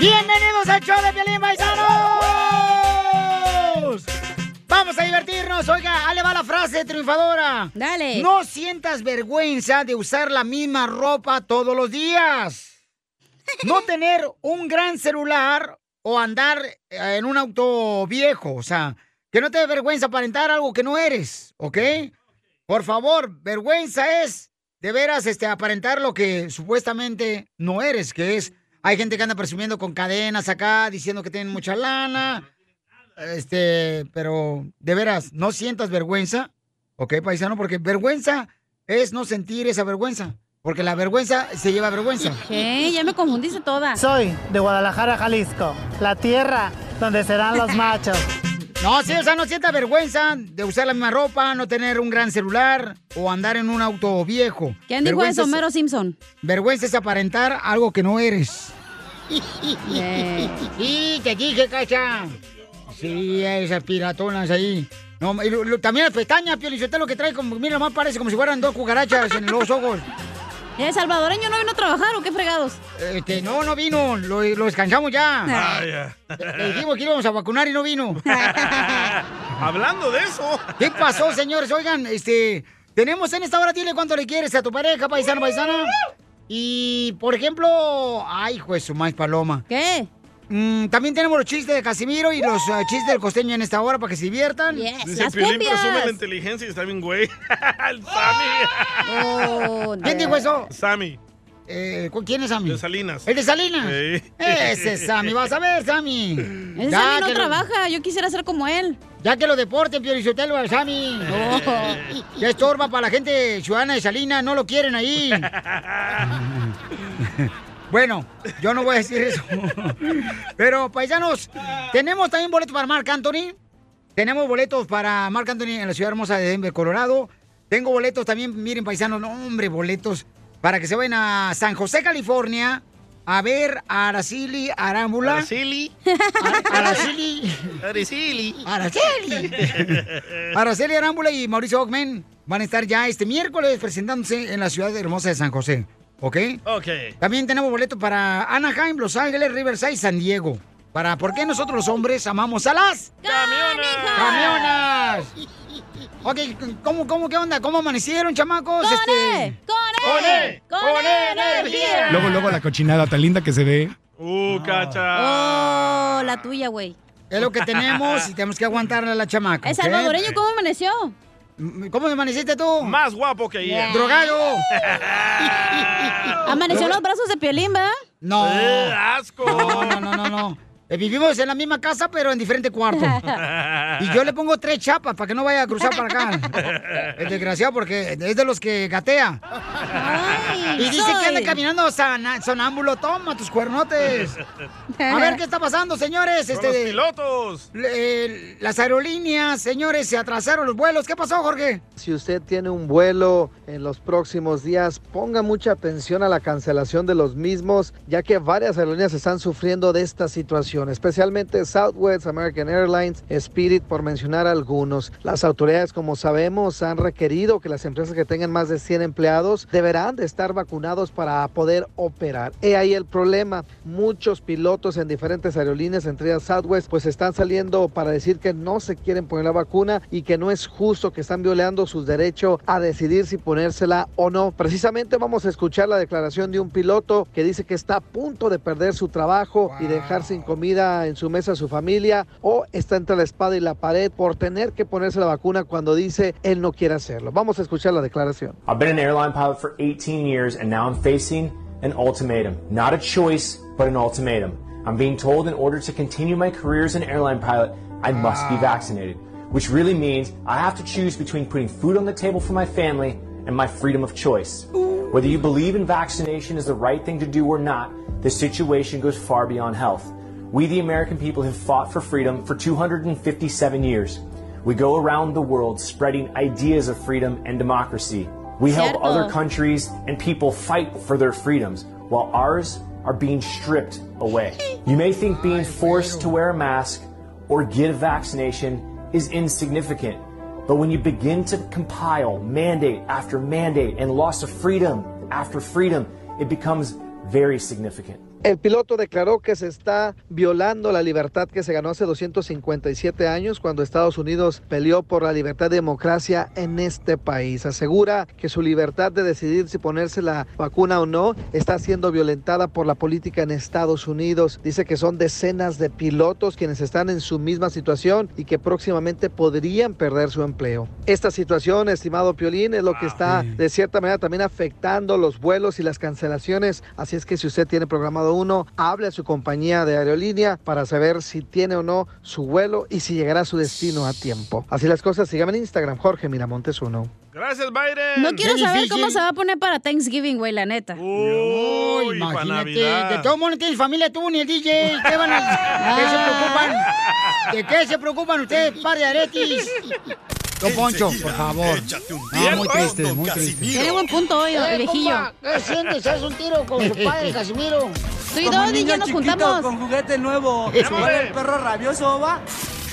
Bienvenidos al show de Piolín Paisanos. Vamos a divertirnos. Oiga, ahí le va la frase triunfadora. Dale. No sientas vergüenza de usar la misma ropa todos los días. No tener un gran celular o andar eh, en un auto viejo. O sea, que no te dé vergüenza aparentar algo que no eres, ¿ok? Por favor, vergüenza es de veras este, aparentar lo que supuestamente no eres, que es. Hay gente que anda presumiendo con cadenas acá, diciendo que tienen mucha lana. Este, pero de veras, no sientas vergüenza, ¿ok, paisano? Porque vergüenza es no sentir esa vergüenza. Porque la vergüenza se lleva a vergüenza. ¿Qué? Ya me confundiste toda. Soy de Guadalajara, Jalisco, la tierra donde serán los machos. No, sí, o sea, no sienta vergüenza de usar la misma ropa, no tener un gran celular o andar en un auto viejo. ¿Quién dijo Vergüenza eso, es- Homero Simpson? Vergüenza es aparentar algo que no eres. Eh, Y te dije, cacha. Sí, esas piratonas ahí. No, y lo- lo- también las pestañas, lo que trae como, mira, más parece como si fueran dos cucarachas en los ojos. ¿El ¿Eh, salvadoreño no vino a trabajar o qué fregados? Este, no, no vino, lo, lo descansamos ya. Vaya. Le dijimos que íbamos a vacunar y no vino. Hablando de eso. ¿Qué pasó, señores? Oigan, este, tenemos en esta hora, dile cuánto le quieres a tu pareja, paisano, paisana. Y, por ejemplo, ay, juez, su maíz paloma. Mm, ¿Qué? también tenemos los chistes de Casimiro y los eh, chistes del costeño en esta hora para que se diviertan. Dice Piolín presume la inteligencia y está bien güey. El Sammy. Oh, ¿Quién dijo eso? Eh, Eh, Sammy. ¿Quién es Sammy? De Salinas. ¿El de Salinas? Sí. Ese es Sammy, vas a ver, Sammy. Ese Ya Sammy no que lo- trabaja, yo quisiera ser como él. Ya que lo deporten, Piorichotelo al Sammy. No. Ya estorba para la gente ciudadana de Salinas, no lo quieren ahí. Bueno, yo no voy a decir eso. Pero, paisanos, tenemos también boletos para Marc Anthony. Tenemos boletos para Marc Anthony en la ciudad hermosa de Denver, Colorado. Tengo boletos también, miren, paisanos, no, hombre, boletos para que se vayan a San José, California, a ver a Araceli Arámbula. Araceli. A- Araceli. Araceli. Araceli. Araceli Arámbula y Mauricio Ogmen van a estar ya este miércoles presentándose en la ciudad hermosa de San José. ¿Ok? Ok. También tenemos boleto para Anaheim, Los Ángeles, Riverside y San Diego. Para ¿Por qué nosotros los hombres amamos a las camionas? Ok, ¿cómo, cómo, qué onda? ¿Cómo amanecieron, chamacos? Este, E, ¡Con él! ¡Con E, energía! Luego, luego la cochinada tan linda que se ve. Uh, cacha. Oh, la tuya, güey. es lo que tenemos y tenemos que aguantarle a la chamaca. ¿El ¿ok? salvadoreño cómo amaneció? ¿Cómo amaneciste tú? Más guapo que ayer. ¡Drogado! Amaneció en los brazos de Piolín, ¿verdad? No. Eh, asco. No, no, no, no, no. Eh, Vivimos en la misma casa, pero en diferente cuarto. Y yo le pongo tres chapas para que no vaya a cruzar para acá. El desgraciado, porque es de los que gatea. Ay, y dice soy. que anda caminando sana- sonámbulo. Toma tus cuernotes. A ver qué está pasando, señores. Son Este, los pilotos. le- eh, las aerolíneas, señores, se atrasaron los vuelos. ¿Qué pasó, Jorge? Si usted tiene un vuelo en los próximos días, ponga mucha atención a la cancelación de los mismos, ya que varias aerolíneas están sufriendo de esta situación. aviación, especialmente Southwest, American Airlines, Spirit, por mencionar algunos. Las autoridades, como sabemos, han requerido que las empresas que tengan más de 100 empleados deberán de estar vacunados para poder operar. He ahí el problema. Muchos pilotos en diferentes aerolíneas, entre ellas Southwest, pues están saliendo para decir que no se quieren poner la vacuna y que no es justo que están violando sus derechos a decidir si ponérsela o no. Precisamente vamos a escuchar la declaración de un piloto que dice que está a punto de perder su trabajo y dejar sin comida en su mesa a su familia o está entre la espada y la pared por tener que ponerse la vacuna cuando dice él no quiere hacerlo. Vamos a escuchar la declaración. I've been an airline pilot for 18 years and now I'm facing an ultimatum. Not a choice, but an ultimatum. I'm being told in order to continue my career as an airline pilot, I must be vaccinated, which really means I have to choose between putting food on the table for my family and my freedom of choice. Whether you believe in vaccination is the right thing to do or not, the situation goes far beyond health. We, the American people, have fought for freedom for 257 years. We go around the world spreading ideas of freedom and democracy. We help Cierto. other countries and people fight for their freedoms, while ours are being stripped away. You may think being forced to wear a mask or get a vaccination is insignificant, but when you begin to compile mandate after mandate and loss of freedom after freedom, it becomes very significant. El piloto declaró que se está violando la libertad que se ganó hace 257 años cuando Estados Unidos peleó por la libertad y democracia en este país. Asegura que su libertad de decidir si ponerse la vacuna o no está siendo violentada por la política en Estados Unidos. Dice que son decenas de pilotos quienes están en su misma situación y que próximamente podrían perder su empleo. Esta situación, estimado Piolín, es lo que está de cierta manera también afectando los vuelos y las cancelaciones. Así es que si usted tiene programado uno, hable a su compañía de aerolínea para saber si tiene o no su vuelo y si llegará a su destino a tiempo. Así las cosas, síganme en Instagram, Jorge Miramontes 1. Gracias, Biden. No quiero saber cómo se va a poner para Thanksgiving, güey, la neta. Uy, para imagínate. De todo mundo tienes familia tú ni el DJ. ¿Qué van a- ¿De qué se preocupan? ¿De qué se preocupan ustedes, par de aretis? Don Poncho, por favor. tiro No, muy con triste, Don muy triste. Casimiro. Tiene buen punto hoy, el Eh, viejillo. compa, ¿Qué sientes? ¿Haz un tiro con su padre, Casimiro? Tú y Como Dodi ya niño nos chiquito juntamos. Con juguete nuevo. Igual el perro rabioso, va?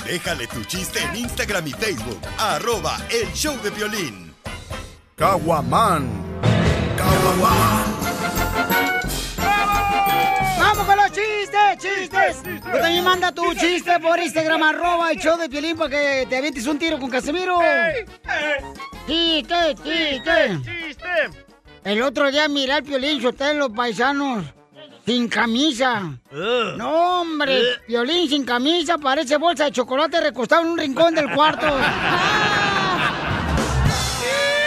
Déjale tu chiste en Instagram y Facebook. Arroba el show de violín. Caguaman. ¡Vamos con los chistes, chistes! Tú también manda tu chiste por Instagram, arroba el show de Piolín para que te avientes un tiro con Casimiro. ¡Chiste, chiste! ¡Chiste! El otro día miré al Piolín en los paisanos sin camisa. No, hombre, Ugh. Piolín sin camisa parece bolsa de chocolate recostado en un rincón del cuarto.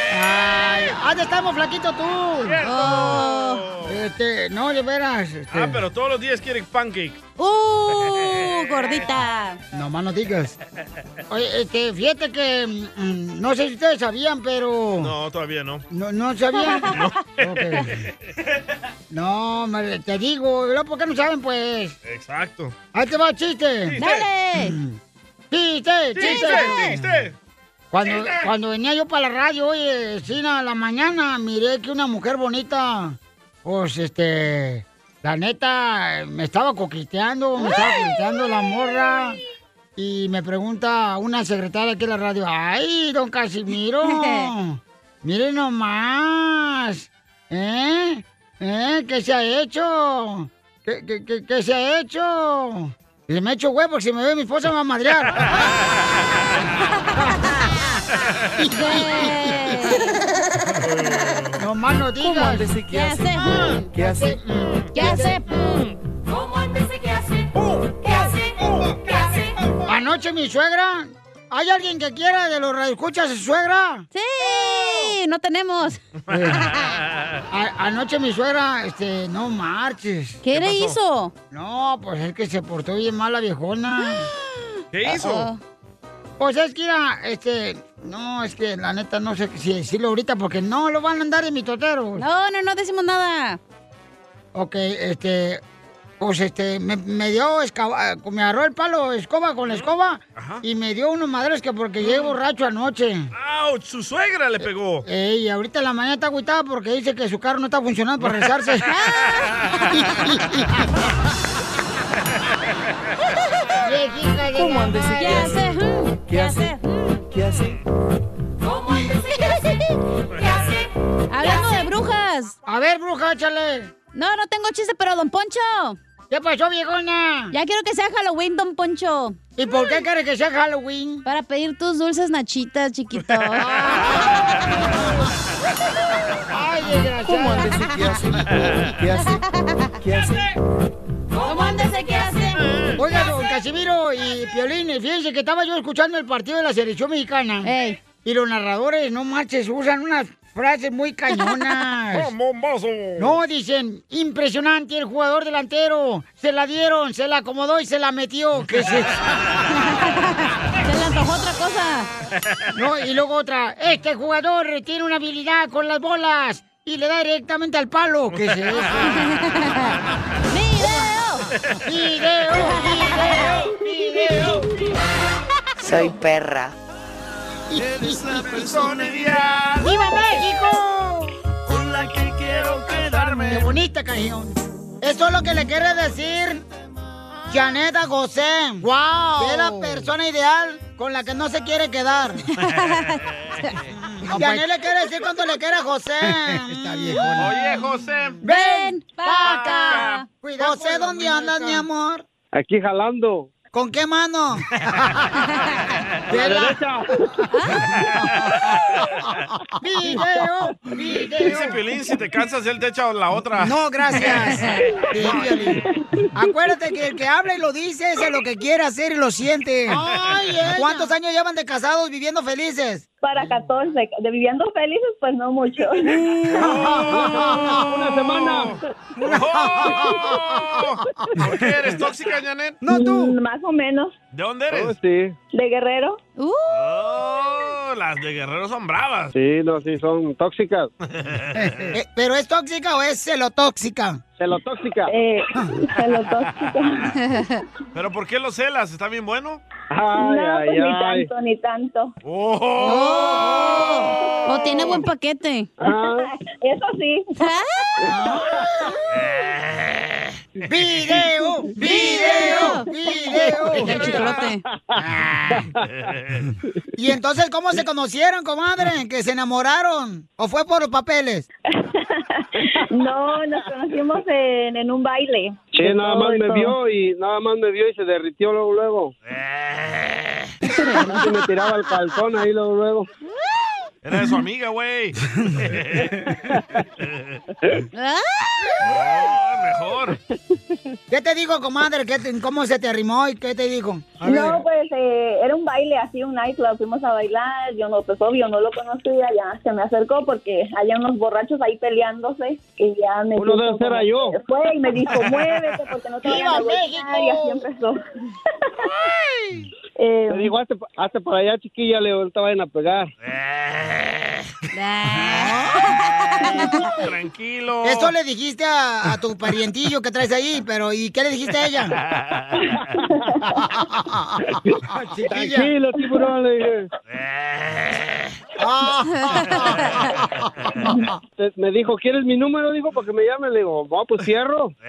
Ay, ¿a ¿dónde estamos, flaquito tú? Cierto. Oh, este, no, de veras. este, Ah, pero todos los días quiere pancake. ¡Uh, gordita! No más no digas. Oye, este, fíjate que mm, no sé si ustedes sabían, pero... No, todavía no. No, no sabían. No. No, hombre, te digo, ¿verdad? ¿por qué no saben, pues? Exacto. Ahí te va el chiste. Chiste. Dale. Chiste, ¡Chiste, chiste. chiste! Cuando, cuando venía yo para la radio, oye, Sina, a la mañana, miré que una mujer bonita, pues, este, la neta, me estaba coqueteando, me estaba coqueteando la morra. Y me pregunta una secretaria aquí en la radio, ¡ay, don Casimiro! ¡Mire nomás! ¿Eh? ¿Eh? ¿Qué se ha hecho? ¿Qué, qué, qué, qué se ha hecho? Le me echo huevo, si me ve mi esposa me va a madrear. no más no digas. Ah, ¿Qué hace? ¿Qué hace? ¿Qué hace? Anoche mi suegra. ¿Hay alguien que quiera de los radioescuchas de su suegra? Sí, no tenemos. anoche mi suegra, este, no marches. ¿Qué, le pasó? hizo? No, pues es que se portó bien mal la viejona. ¿Qué Ah, hizo? Pues es que era, este, no, es que la neta no sé si decirlo ahorita porque no lo van a andar en mi totero. No, no, no decimos nada. Ok, este, pues este, me, me dio, escaba- me agarró el palo escoba con la escoba y me dio unos madres que porque llegué borracho anoche. ¡Auch! Su suegra le pegó. Ey, y ahorita en la mañana está agüitada porque dice que su carro no está funcionando para rezarse. Viejita de ¿Cómo andes? ganar. ¿Qué hace? ¿Qué hace? ¿Qué hace? ¿Cómo andas? ¿Qué hace? ¿Qué hace? Hablando de brujas. A ver, bruja, échale. No, no tengo chiste, pero don Poncho. ¿Qué pasó, viejona? Ya quiero que sea Halloween, don Poncho. ¿Y por qué quieres que sea Halloween? Para pedir tus dulces nachitas, chiquito. Ay, desgraciado. ¿Cómo andes? ¿Qué hace? ¿Qué hace? ¿Qué hace? ¿Cómo andas? ¿Qué hace? Oiga, don Casimiro y Piolín, y fíjense que estaba yo escuchando el partido de la selección mexicana. Y los narradores, no marches, usan unas frases muy cañonas. No, dicen, impresionante el jugador delantero. Se la dieron, se la acomodó y se la metió. ¿Qué es eso? Se le antojó otra cosa. No, y luego otra. Este jugador tiene una habilidad con las bolas y le da directamente al palo. ¿Qué es eso? ¡Video! ¡Video! ¡Video! ¡Video! Soy perra. Eres la personalidad. ¡Viva México! Con la que quiero Qué quedarme. bonita canción. Eso es lo que le quiere decir Janeta José. Guau. Que es la persona ideal con la que no se quiere quedar. Janet le quiere decir cuando le quiere a José. Está viejona. Oye, José. Ven, paca. José, ¿dónde andas, mi amor? Aquí jalando. ¿Con qué mano? La Vela. derecha. Video, Dice video. Piolín, si te cansas, él te echa la otra. No, gracias. Sí, Piolín. Acuérdate que el que habla y lo dice es lo que quiere hacer y lo siente. Ay, ella. ¿Cuántos años llevan de casados viviendo felices? Para 14, de viviendo felices, pues no mucho. Una semana. ¿Por qué eres tóxica, Janet? No, tú. Mm, Más o menos. ¿De dónde eres? Oh, sí. De Guerrero. Uh. Oh, las de Guerrero son bravas. Sí, no, sí, son tóxicas. Eh, ¿Pero es tóxica o es celotóxica? Celotóxica. Eh, celotóxica. ¿Pero por qué lo celas? ¿Está bien bueno? no, pues ni tanto, ni tanto. O Oh, tiene buen paquete. ¿Ah? Eso sí. Ah. ¡Video! ¡Video! ¡Video! El chiclote. ¿Y entonces cómo se conocieron, comadre? ¿Que se enamoraron? ¿O fue por los papeles? No, nos conocimos en, en un baile. Sí, De nada todo, más de me todo. vio y nada más me vio y se derritió luego luego. Eh. Este Nada más me tiraba el calzón ahí luego luego. Era de su amiga, güey. Ah, mejor. ¿Qué te dijo, comadre? ¿Qué te- ¿Cómo se te arrimó y qué te dijo? A ver. No, pues eh, era un baile así, un nightclub, fuimos a bailar, yo no, pues obvio, no lo conocía, ya se me acercó porque había unos borrachos ahí peleándose y ya me Uno de dijo esos era como yo. que Fue y me dijo, muévete porque no te vayan a ¡Viva golpear", y México! así empezó. Le Eh, digo, hazte, pa- hazte para allá, chiquilla, le digo, no te vayan a pegar. Eh. Tranquilo. Eso le dijiste a, a tu parientillo que traes ahí, pero ¿y qué le dijiste a ella? Tranquilo, tiburón, le dije. Te- Me dijo, ¿quieres mi número? Dijo, para que me llame. Le digo, va, pues cierro.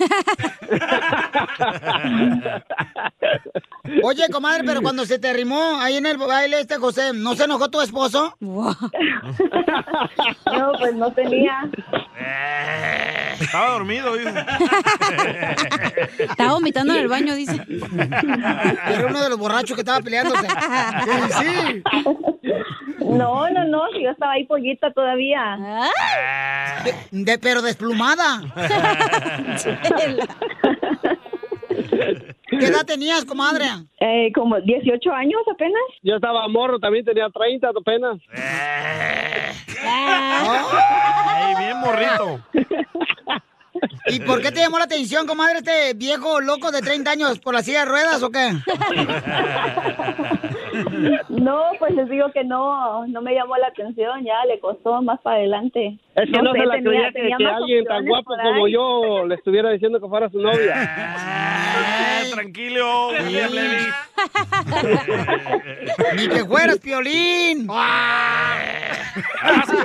Eh. Oye, comadre, pero cuando se te arrimó ahí en el baile este José, ¿no se enojó tu esposo? No, pues no tenía. Estaba dormido, dice. Estaba vomitando en el baño, dice. Era uno de los borrachos que estaba peleándose. Sí, No, no, no, si yo estaba ahí pollita todavía. sí. De- pero desplumada. ¿Qué edad tenías, comadre? Eh, como 18 años apenas. Yo estaba morro, también tenía 30 apenas. Ay, bien morrito. ¿Y por qué te llamó la atención, comadre, este viejo loco de 30 años por la silla de ruedas o qué? No, pues les digo que no, no me llamó la atención, ya le costó más para adelante. Es que no, sé, se la tenía- tenía creía que, que más alguien tan opciones guapo por como ahí. yo le estuviera diciendo que fuera su novia. Eh, tranquilo, William Levy. Ni que fueras piolín. ¡Ah! ¡Asco!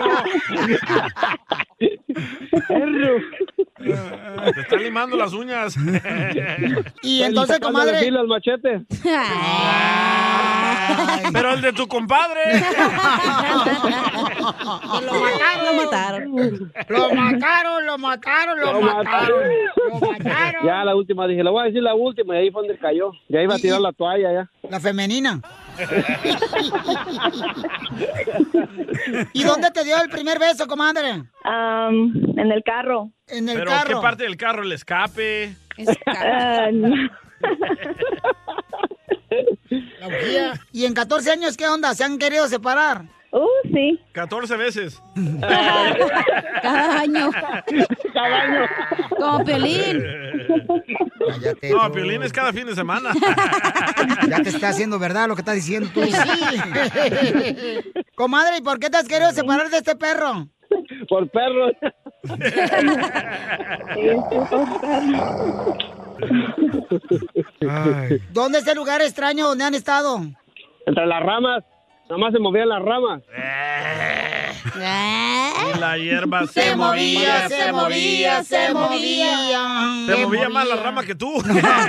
Te está limando las uñas. Y entonces, comadre- Y los machetes. Pero el de tu compadre. lo mataron. Lo mataron. Lo mataron, lo mataron, lo, Lo mataron. mataron. Ya la última, dije, le voy a decir la última, y ahí fue donde cayó. Ya iba a tirar la toalla, ya. La femenina. ¿Y dónde te dio el primer beso, comadre? en el carro. En el ¿Pero carro. qué parte del carro? ¿El escape? Ah, no. ¿Y en 14 años qué onda? ¿Se han querido separar? Uh, sí. 14 veces. Cada año. Cada año. Como Piolín. No, Piolín es cada fin de semana. Ya te está haciendo verdad lo que estás diciendo Pues tú. Comadre, ¿y por qué te has querido separar de este perro? Por perro. ¿Dónde es el lugar extraño donde han estado? Entre las ramas. Nomás se movían las ramas. Eh. Ah, Y la hierba se, Se movía, movía, se movía, se movía. Se movía más la rama que tú. Estaba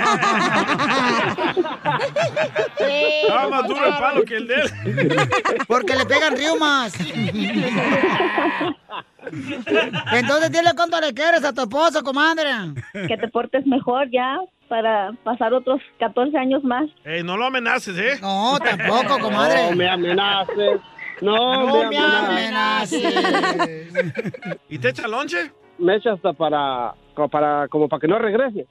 más duro el palo que el de él. Porque le pegan riumas. Entonces dile cuánto le quieres a tu esposo, comadre. Que te portes mejor ya para pasar otros 14 años más. Ey, no lo amenaces, ¿eh? No, tampoco, No me amenaces. No, No me me amenaces. ¿Y te echa lonche? Me echa hasta para, como para, como para que no regrese.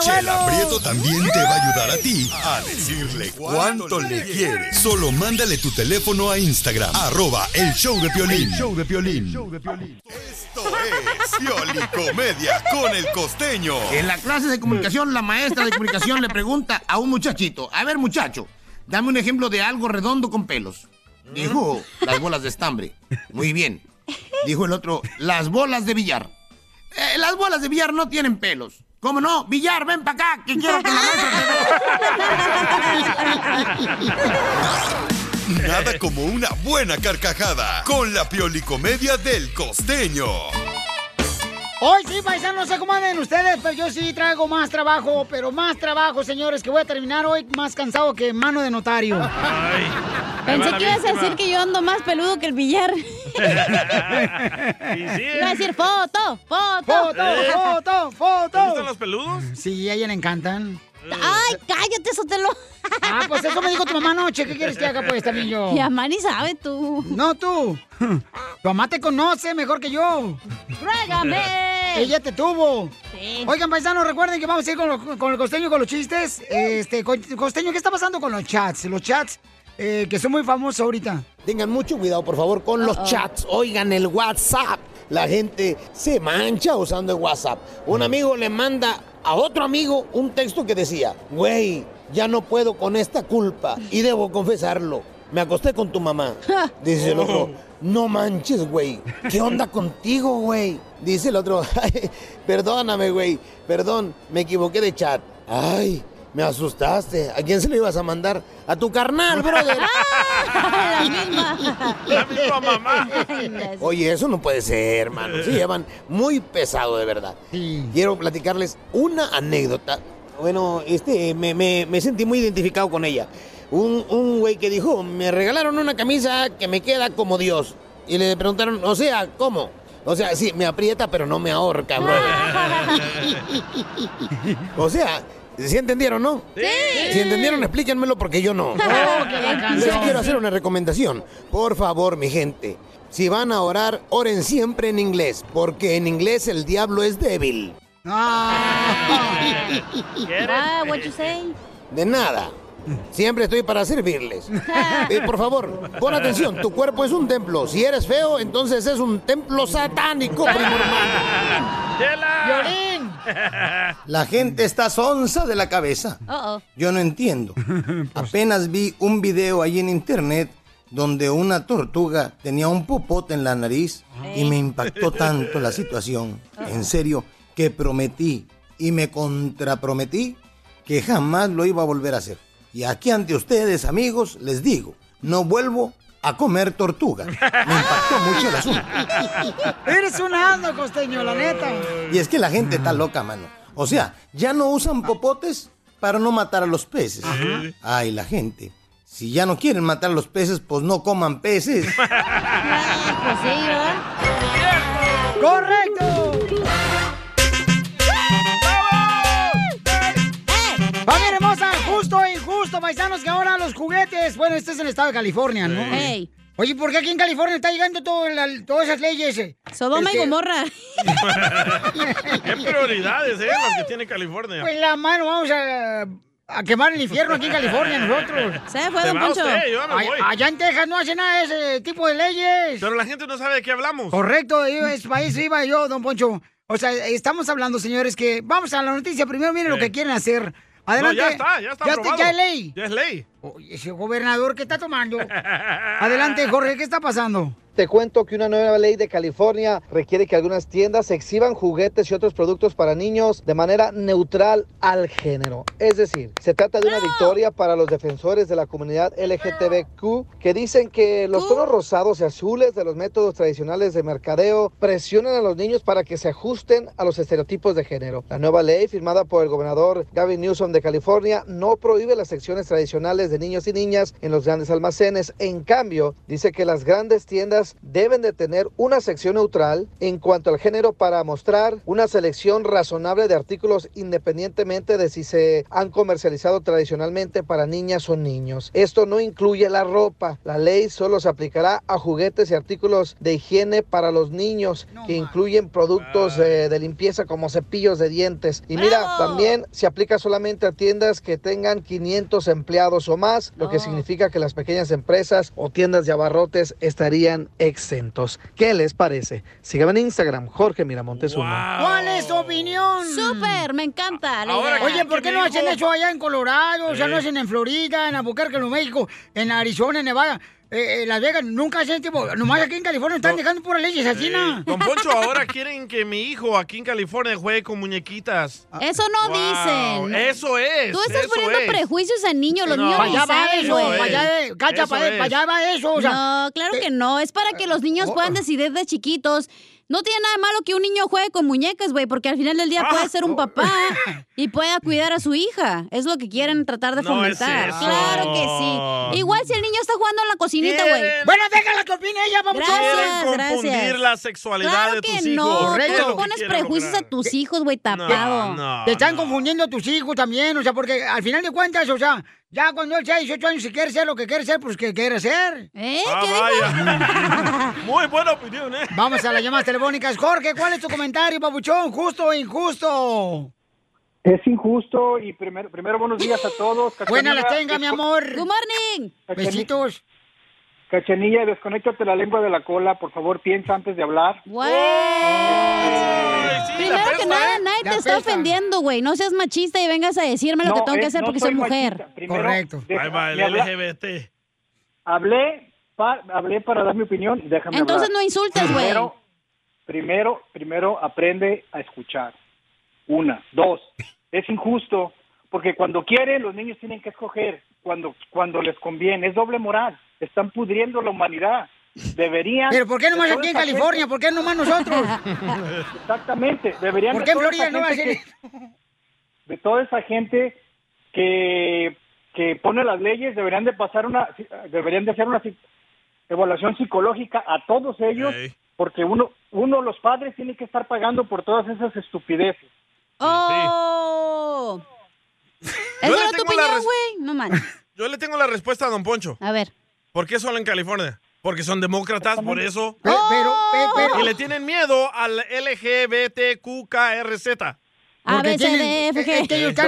Chela Prieto también te va a ayudar a ti a decirle cuánto le quieres. Solo mándale tu teléfono a Instagram, arroba el show de Piolín. El show de Piolín. Esto es Piolicomedia con el costeño. En la clase de comunicación, la maestra de comunicación le pregunta a un muchachito, a ver muchacho, dame un ejemplo de algo redondo con pelos. Dijo, las bolas de estambre. Muy bien. Dijo el otro, las bolas de billar. "Eh, las bolas de billar no tienen pelos. ¿Cómo no? Billar, ven para acá, que quiero que la maestra te vea". Nada como una buena carcajada con la Piolicomedia del costeño. Hoy sí, paisanos, no sé cómo anden ustedes, pero yo sí traigo más trabajo, pero más trabajo, señores, que voy a terminar hoy más cansado que mano de notario. Pensé que ibas a decir que yo ando más peludo que el billar. ¿eh? Iba a decir foto, foto. ¡Foto, foto, foto! ¿Te gustan los peludos? Sí, a ella le encantan. ¡Ay, cállate, Sotelo! Ah, pues eso me dijo tu mamá anoche. ¿Qué quieres que haga, pues, también yo? Y a Mani sabe tú. No, tú. Tu mamá te conoce mejor que yo. ¡Ruégame! Ella te tuvo. Oigan, paisanos, recuerden que vamos a ir con, lo- con el costeño con los chistes. Este, co- costeño, ¿qué está pasando con los chats? Los chats eh, que son muy famosos ahorita. Tengan mucho cuidado, por favor, con los chats. Oigan, el WhatsApp. La gente se mancha usando el WhatsApp. Mm. Un amigo le manda a otro amigo un texto que decía, güey, ya no puedo con esta culpa y debo confesarlo. Me acosté con tu mamá. Dice el Oh. otro, no manches, güey. ¿Qué onda contigo, güey? Dice el otro, "Ay, perdóname, güey. Perdón, me equivoqué de chat. Ay, me asustaste. ¿A quién se lo ibas a mandar? A tu carnal, brother. Ah, La misma. La misma mamá. Oye, eso no puede ser, hermano. Se llevan muy pesado, de verdad. Quiero platicarles una anécdota. Bueno, este, me, me- me sentí muy identificado con ella. Un, un güey que dijo, me regalaron una camisa que me queda como Dios. Y le preguntaron, o sea, ¿cómo? O sea, sí, me aprieta, pero no me ahorca, bro. o sea, ¿sí entendieron, no? Sí. Si entendieron, explíquenmelo porque yo no. Les quiero hacer una recomendación. Por favor, mi gente, si van a orar, oren siempre en inglés, porque en inglés el diablo es débil. Ah, what you say? De nada. Siempre estoy para servirles. Eh, por favor, pon atención, tu cuerpo es un templo. Si eres feo, entonces es un templo satánico, primo hermano. La gente está sonsa de la cabeza. Uh-oh. Yo no entiendo. Apenas vi un video ahí en internet donde una tortuga tenía un popote en la nariz y me impactó tanto la situación. En serio, que prometí y me contraprometí que jamás lo iba a volver a hacer. Y aquí ante ustedes, amigos, les digo, no vuelvo a comer tortuga. Me impactó mucho el asunto. Eres un asno, costeño, la neta. Y es que la gente está loca, mano. O sea, ya no usan popotes para no matar a los peces. Ay, la gente. Si ya no quieren matar a los peces, pues no coman peces. Pues sí, ¿verdad? ¡Correcto! ¡Vamos, hermosa! Justo e injusto, paisanos, que ahora los juguetes. Bueno, este es el estado de California, ¿no? Sí. Ey. Oye, ¿por qué aquí en California está llegando todo el- todas esas leyes? eh? Sodoma y Este, Gomorra. Qué prioridades, ¿eh? Las que tiene California. Pues la mano, vamos a, a quemar el infierno aquí en California nosotros. Se fue, Se don va Poncho. usted, yo ya me Ay- voy. Allá en Texas no hace nada de ese tipo de leyes. Pero la gente no sabe de qué hablamos. Correcto, yo- es país viva yo, don Poncho. O sea, estamos hablando, señores, que vamos a la noticia. Primero miren lo que quieren hacer. Adelante. No, ya está, ya está Ya, aprobado. ya es ley. Ya es ley. Oye, ese gobernador que está tomando. Adelante, Jorge, ¿qué está pasando? Te cuento que una nueva ley de California requiere que algunas tiendas exhiban juguetes y otros productos para niños de manera neutral al género. Es decir, se trata de una victoria para los defensores de la comunidad LGTBQ que dicen que los tonos rosados y azules de los métodos tradicionales de mercadeo presionan a los niños para que se ajusten a los estereotipos de género. La nueva ley, firmada por el gobernador Gavin Newsom de California, no prohíbe las secciones tradicionales de niños y niñas en los grandes almacenes. En cambio, dice que las grandes tiendas deben de tener una sección neutral en cuanto al género para mostrar una selección razonable de artículos independientemente de si se han comercializado tradicionalmente para niñas o niños. Esto no incluye la ropa. La ley solo se aplicará a juguetes y artículos de higiene para los niños que incluyen productos eh, de limpieza como cepillos de dientes. Y mira, también se aplica solamente a tiendas que tengan 500 empleados o más, lo que significa que las pequeñas empresas o tiendas de abarrotes estarían exentos. ¿Qué les parece? Síganme en Instagram, Jorge Miramontes uno. ¿Cuál es tu opinión? Súper, me encanta. la Ahora idea. Oye, ¿por que qué mi no hijo- hacen eso allá en Colorado? O sea, Sí. no hacen en Florida, en Albuquerque, en México, en Arizona, en Nevada, eh, en Las Vegas. Nunca hacen este tipo, nomás aquí en California están dejando puras leyes así, ¿no? Don Poncho, ahora quieren que mi hijo aquí en California juegue con muñequitas. Eso no dicen. Eso es. Tú estás eso poniendo es. prejuicios en niños. Los No, niños para no allá va saben, eso, güey. para allá es- cacha, Eso para- es. para allá va eso, o sea, eh, oh. no, claro que no. Es para que los niños puedan decidir de chiquitos. No tiene nada de malo que un niño juegue con muñecas, güey, porque al final del Ah, día puede ser un papá y pueda cuidar a su hija. Es lo que quieren tratar de No es fomentar. eso. Claro que sí. Igual si el niño está jugando en la cocinita, güey. Quieren- Bueno, déjala que opine ella, vamos Gracias, quieren gracias. confundir la sexualidad Claro de tus que hijos. no, Es tú lo que pones quieren prejuicios a lograr. tus hijos, güey, tapado. no, Te están confundiendo a tus hijos también, o sea, porque al final de cuentas, o sea, ya cuando él sea 18 años y quiere ser lo que quiere ser, pues que quiere ser. ¿Eh? Ah, vaya. Muy buena opinión, ¿eh? Vamos a las llamadas telefónicas. Jorge, ¿cuál es tu comentario, papuchón? ¿Justo o injusto? Es injusto y primero, primero buenos días a todos. Buenas las Cachanilla, tenga, mi desco- amor. Good morning. Pues Cachanilla- Besitos. Cachanilla, desconéctate la lengua de la cola, por favor, piensa antes de hablar. Primero que nada, nadie te está ofendiendo, güey. No seas machista y vengas a decirme lo que No, tengo que eh, hacer no porque soy machista. mujer. Primero, deja- Ahí va el me habla- LGBT. Hablé, pa- hablé para dar mi opinión, déjame Entonces hablar. no insultes, güey. Primero, primero, primero aprende a escuchar. Una, dos. Es injusto porque cuando quieren los niños tienen que escoger cuando cuando les conviene. Es doble moral. Están pudriendo la humanidad. Deberían. Pero ¿por qué nomás de toda aquí en esta gente- California? ¿Por qué nomás nosotros? Exactamente. Deberían. ¿Por de qué en toda Florida esta no gente hacen que- De toda esa gente que que pone las leyes deberían de pasar una deberían de hacer una psi- evaluación psicológica a todos ellos porque uno uno los padres tiene que estar pagando por todas esas estupideces. ¡Oh! Esa Yo le era tu tengo la opinión, res- güey. No manches. Yo le tengo la respuesta a Don Poncho. A ver. ¿Por qué solo en California? Porque son demócratas, por eso. Pero, Oh. pero, Y le tienen miedo al LGBTQKRZ. A, Porque Ah, B, C, tienen- D, F, G. es que ellos están,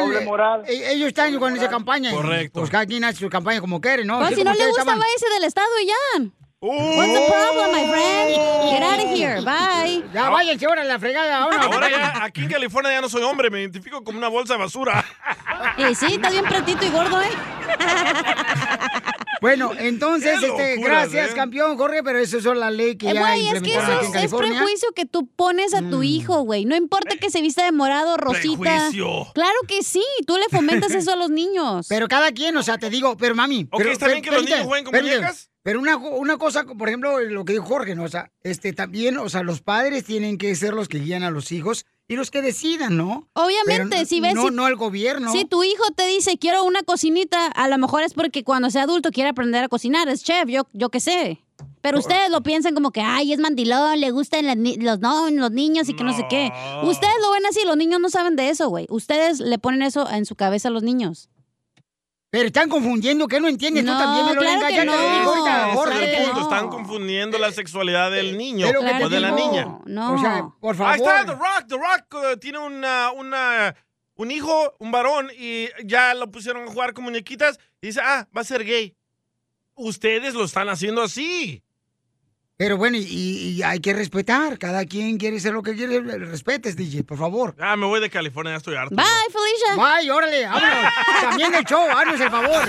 eh, ellos están con esa campaña. Correcto. Pues cada quien hace su campaña como quiere, ¿no? Pues Así si no como le ustedes gusta, estaban. váyase del estado y ya. What's the problem, my friend? Get out of here. Bye. Oh. Ya váyanse ahora a la fregada. Ahora, Ahora ya, aquí en California ya no soy hombre, me identifico como una bolsa de basura. Y sí, estás bien pretito y gordo, ¿eh? Bueno, entonces, Qué este, locuras, gracias, ¿eh? campeón Jorge, pero eso es la ley que Eh, ya Güey, es que implementaron eso aquí es, en es California. Mm. prejuicio que tú pones a tu hijo, güey. No importa que se vista de morado, rosita. Prejuicio. Claro que sí, tú le fomentas eso a los niños. Pero cada quien, o sea, te digo, pero mami. pero, ¿está bien per- que los permíteme, niños jueguen con permíteme. muñecas? Pero una, una cosa, por ejemplo, lo que dijo Jorge, ¿no? O sea, este, también, o sea, los padres tienen que ser los que guían a los hijos y los que decidan, ¿no? Obviamente, Pero si ves. No, si- no el gobierno. Si tu hijo te dice quiero una cocinita, a lo mejor es porque cuando sea adulto quiere aprender a cocinar, es chef, yo, yo qué sé. Pero ustedes lo piensan como que, ay, es mandilón, le gustan las ni- los, no, los niños y que no. sé qué. Ustedes lo ven así, los niños no saben de eso, güey. Ustedes le ponen eso en su cabeza a los niños. Pero están confundiendo, que no entiendes No, tú también, Violeta? claro que Ya te lo digo ahorita, Ese Jorge. es el punto. Están confundiendo la sexualidad del niño es lo que te o de la digo. niña. No. O sea, por Ahí favor. está The Rock. The Rock eh, tiene una, una, un hijo, un varón, y ya lo pusieron a jugar con muñequitas. Y dice, ah, va a ser gay. Ustedes lo están haciendo así. Pero bueno, y, y hay que respetar. Cada quien quiere ser lo que quiere. Respetes, DJ, por favor. Ah, me voy de California, ya estoy harto. Felicia. Bye, órale, vámonos. También el show, haznos el favor.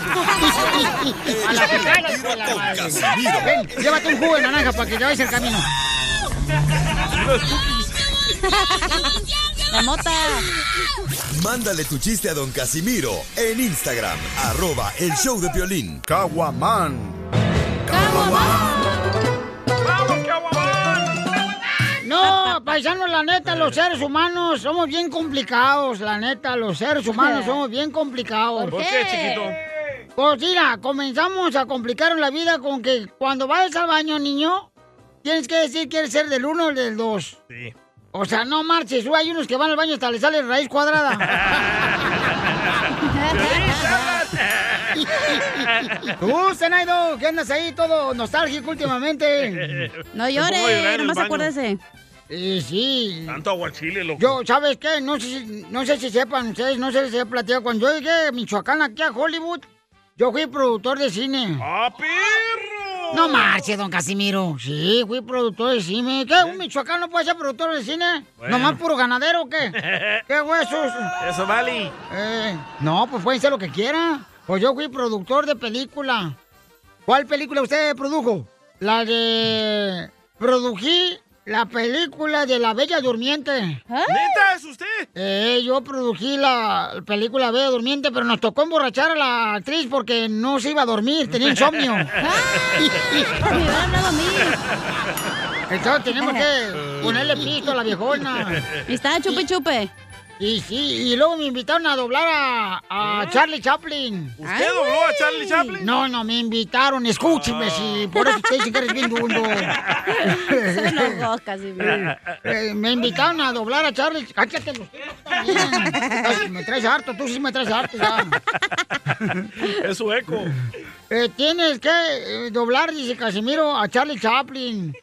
A la picada, hijo de la madre. Ven, llévate un jugo de naranja para que te vayas el camino. La mota. Mándale tu chiste a don Casimiro en Instagram, arroba el show de violín. Caguaman. No, paisano, la neta, Eh. los seres humanos somos bien complicados, la neta, los seres humanos somos bien complicados. ¿Por qué, chiquito? Pues mira, comenzamos a complicar la vida con que cuando vayas al baño, niño, tienes que decir quieres ser del uno o del dos. Sí. O sea, no marches, hay unos que van al baño hasta le sale raíz cuadrada. Tú, Zenaido, que andas ahí todo nostálgico últimamente. No llores, Me pongo a llorar en el nomás baño. acuérdese. Y sí. Tanto aguachile, loco. Yo, ¿sabes qué? No sé, si- no sé si sepan ustedes, no sé si se platicado. Cuando yo llegué a Michoacán, aquí a Hollywood, yo fui productor de cine. ¡Ah, perro! No marche, don Casimiro. Sí, fui productor de cine. ¿Qué? ¿Un michoacán no puede ser productor de cine? ¿Eh? Bueno. ¿Nomás puro ganadero o qué? ¿Qué huesos? Eso vale. Eh, no, pues pueden ser lo que quieran. Pues yo fui productor de película. ¿Cuál película usted produjo? La de... Prodují la película de La Bella Durmiente. ¿Neta es usted? Eh, yo prodují la película Bella Durmiente, pero nos tocó emborrachar a la actriz porque no se iba a dormir, tenía insomnio. Entonces tenemos que ponerle pisto a la viejona. Y estaba chupe chupe. Y sí, y luego me invitaron a doblar a, a Charlie Chaplin. ¿Usted dobló a Charlie Chaplin? No, no, me invitaron. Escúcheme, si por eso te dicen que eres bien dundo. Se enojó casi. Eh, me invitaron a doblar a Charlie. Cállate los tuyos también. Casi me traes harto, tú sí me traes harto ya. Es sueco. Eh, tienes que eh, doblar, dice Casimiro, a Charlie Chaplin.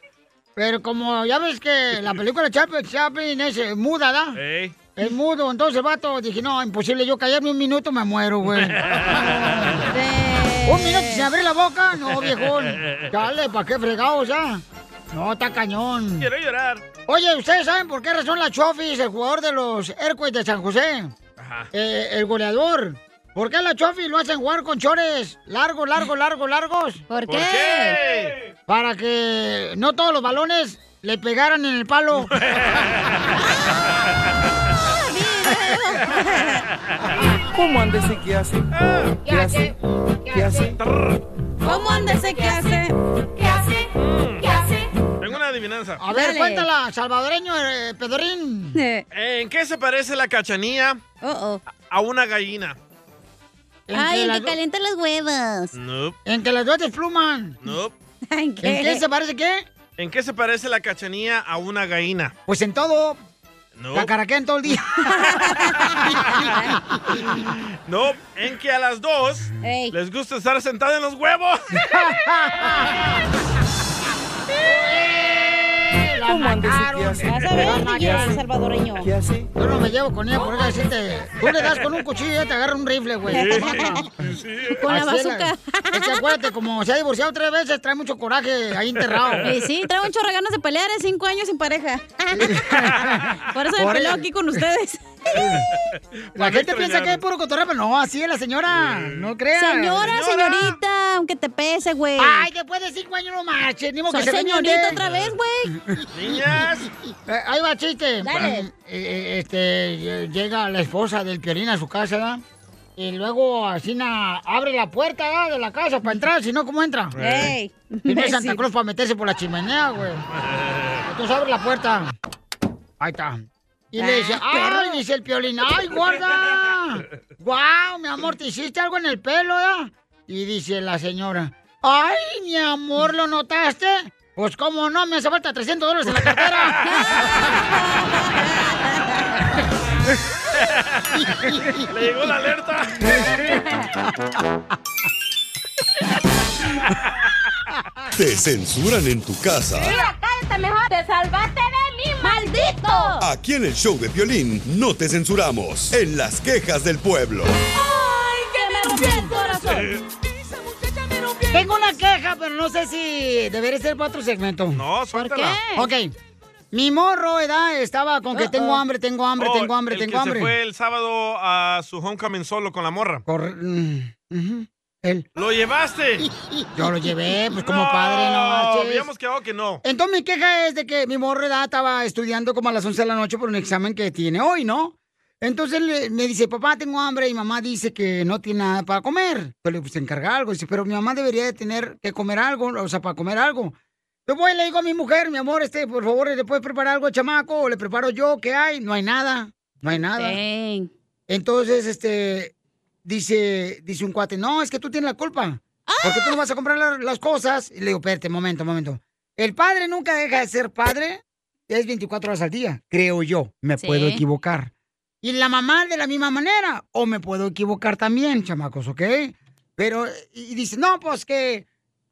Pero como ya ves que la película de Charlie Chaplin es eh, muda, ¿da? Ey. Es mudo, entonces el vato dije, no, imposible, yo callarme un minuto me muero, güey. un minuto sin abrir la boca, no, viejón. Dale, ¿para qué fregados ya? No, está cañón. Quiero llorar. Oye, ¿ustedes saben por qué razón la Chofis, el jugador de los Airquays de San José? eh, el goleador. ¿Por qué la Chofis lo hacen jugar con chores largos, largos, largos, largos? ¿Por qué? qué? Para que no todos los balones le pegaran en el palo. ¿Cómo anda ese que hace? ¿Qué hace? ¿Qué hace? ¿Cómo anda ese que hace? ¿Qué hace? Mm. ¿Qué hace? Tengo una adivinanza. A ver, cuéntala, salvadoreño eh, Pedrín. ¿En qué se parece la cachanía a una gallina? Ay, el que calienta los huevos. No, En que las dos despluman. no. ¿En qué? ¿En qué se parece qué? ¿En qué se parece la cachanía a una gallina? Pues en todo, No. la caraquean todo el día. No, en que a las dos les gusta estar sentada en los huevos. ¿Cómo anda ese que hace? Vas a ver, ¿Qué DJ hace? salvadoreño. ¿Qué hace? Yo no me llevo con ella, por eso decirte. Tú le das con un cuchillo y ya te agarra un rifle, güey. Sí. Con la Así es bazooka. Es que acuérdate, como se ha divorciado tres veces, trae mucho coraje ahí enterrado. Y Eh, sí, trae un eh, chorro de ganas de pelear, es cinco años sin pareja. Por eso me Por peleo eso. aquí con ustedes. La gente piensa que es puro cotorreo, pero no, así es la señora. No creas. Señora, señorita, aunque te pese, güey. Ay, después de cinco años no marches, ni modo que Soy se señorita otra vez, güey. Niñas. eh, ahí va chiste. Dale. Eh, eh, este, eh, llega la esposa del Piolín a su casa, ¿verdad? Y luego Asina abre la puerta ¿verdad? de la casa para entrar, si no, ¿cómo entra? Ey. Y no es Santa Cruz para meterse por la chimenea, güey. Entonces abre la puerta. Ahí está. Y le dice, Ah, ¡ay! perro. Dice el piolín, ¡ay, guarda! ¡Guau, mi amor, te hiciste algo en el pelo, ¿verdad? Y dice la señora, ¡ay, mi amor, lo notaste! Pues cómo no, me hace falta 300 dólares en la cartera. Le llegó la alerta. Te censuran en tu casa. cállate mejor. Te salvaste de mí, maldito. Aquí en el show de violín no te censuramos. En las quejas del pueblo. Ay, que me rompió el Eh, corazón. Tengo una queja, pero no sé si debería ser para otro segmento. No, suéltala. ¿Por qué? Ok. Mi morro, ¿verdad? Estaba con que Uh-oh. tengo hambre, tengo hambre, Oh, tengo hambre, el tengo que hambre. Se fue el sábado a su homecoming solo con la morra. ¿Lo llevaste? mm, Yo lo llevé, pues como padre, no marches. Habíamos quedado que no. Entonces mi queja es de que mi morro de edad estaba estudiando como a las 11 de la noche por un examen que tiene hoy, ¿no? Entonces le- me dice, papá, tengo hambre y mamá dice que no tiene nada para comer. Yo le digo, pues encarga algo. Dice, pero mi mamá debería de tener que comer algo, o sea, para comer algo. Yo voy y le digo a mi mujer, mi amor, este, por favor, ¿le puedes preparar algo al chamaco? ¿O le preparo yo? ¿Qué hay? No hay nada. No hay nada. Entonces, este, dice, dice un cuate, no, es que tú tienes la culpa. ¿Por qué tú no vas a comprar la- las cosas? Y le digo, espérate, momento, momento. El padre nunca deja de ser padre. Es 24 horas al día, creo yo. Me Sí. puedo equivocar. Y la mamá de la misma manera. O me puedo equivocar también, chamacos, ¿ok? Pero, y y dice, no, pues que...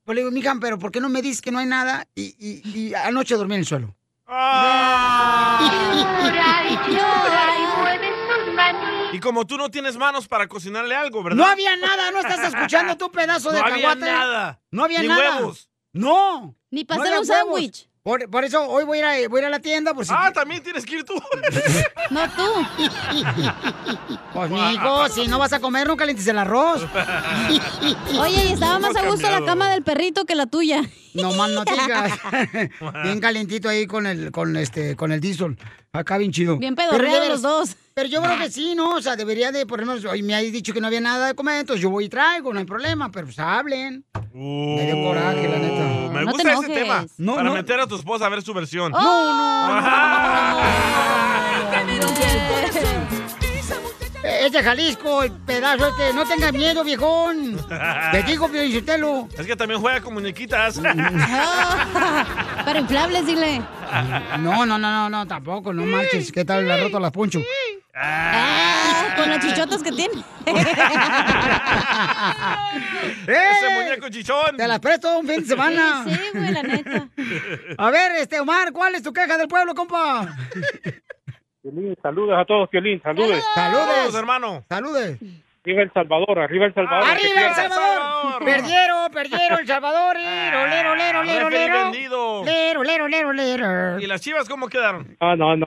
Pues le digo, mija, pero ¿por qué no me dices que no hay nada? Y, y- y anoche dormí en el suelo. Ah. Y como tú no tienes manos para cocinarle algo, ¿verdad? No había nada, no estás escuchando tú, pedazo de No había caguate? nada. No había Ni nada. huevos. No. Ni para para hacer hacer un sándwich. Por, por eso hoy voy a, ir a, voy a ir a la tienda por si. Ah, también tienes que ir tú. No tú. pues mijo, si no vas a comer, no calientes el arroz. Oye, y estaba más a gusto la cama del perrito que la tuya. No más no digas. bien calentito ahí con el, con este, con el diesel. Acá bien chido. Bien Pero pedorreados de los veras, dos. Pero yo creo que sí, ¿no? O sea, debería de, por ejemplo, hoy me habéis dicho que no había nada de comer, entonces yo voy y traigo, no hay problema, pero pues hablen. Me dio coraje, la neta. Oh, Me No te gusta ese enojes. tema. No, para no. meter a tu esposa a ver su versión. Eh, Es de Jalisco, el pedazo este. No tengas miedo, viejón. Te digo, Pionicitelo. Es que también juega con muñequitas. Para inflables, dile. No, no, no, no, no, tampoco, no marches. ¿Qué tal le ha roto las puncho? Con las chichotas que tiene. ¡Ese muñeco chichón! ¡Eh! Te las presto un fin de semana. Sí, sí, güey, la neta. A ver, este, Omar, ¿cuál es tu queja del pueblo, compa? Piolín, saludos a todos, Piolín, saludos. Saludos, hermano. Saludes. Arriba El Salvador, arriba El Salvador. que ¡Arriba, El pierda. Salvador! Perdieron, perdieron, El Salvador. Lero, lero, lero, lero, Referí lero. vendido. Lero, lero, lero, lero. ¿Y las chivas cómo quedaron? Ah, no, no.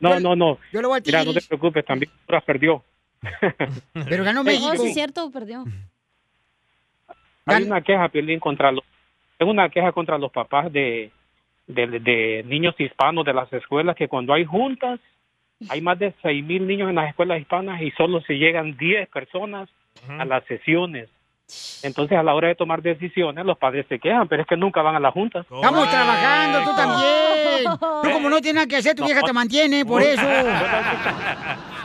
No, no, no. Yo le voy al Mira, no te Tigres. preocupes, también Honduras perdió. Pero ganó Oh, sí, es cierto, perdió. Hay una queja, Piolín, contra los... Es una queja contra los papás de, de, de niños hispanos de las escuelas que cuando hay juntas, hay más de seis mil niños en las escuelas hispanas y solo se llegan 10 personas a las sesiones. Entonces, a la hora de tomar decisiones, los padres se quejan, pero es que nunca van a las juntas. Estamos trabajando, tú también. Tú como no tienes nada que hacer, tu No. vieja te mantiene, por eso.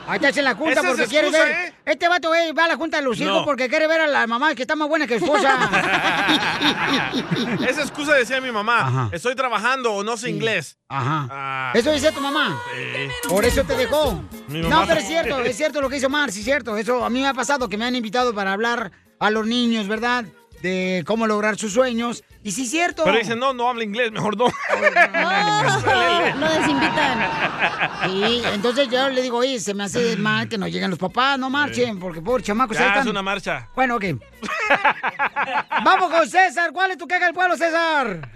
Ahí te hacen la Esa junta es porque quiere excusa, ver. Este vato eh, va a la junta de los circos No. porque quiere ver a la mamá que está más buena que su esposa. Esa excusa decía mi mamá. Estoy trabajando o no sé inglés. Ajá. Ah. Eso decía tu mamá. Sí. Por eso te dejó. Mi No, mamá- pero es cierto, es cierto lo que hizo Mar, sí es cierto. Eso a mí me ha pasado que me han invitado para hablar a los niños, ¿verdad? De cómo lograr sus sueños. Y sí es cierto. Pero dicen, no, no habla inglés, mejor no. lo desinvitan. Sí, entonces yo le digo, oye, se me hace mal que no lleguen los papás, no marchen, porque por chamacos Ah, pues ahí Ya, es están. una marcha. Bueno, ok. Vamos con César. ¿Cuál es tu queja del pueblo, César?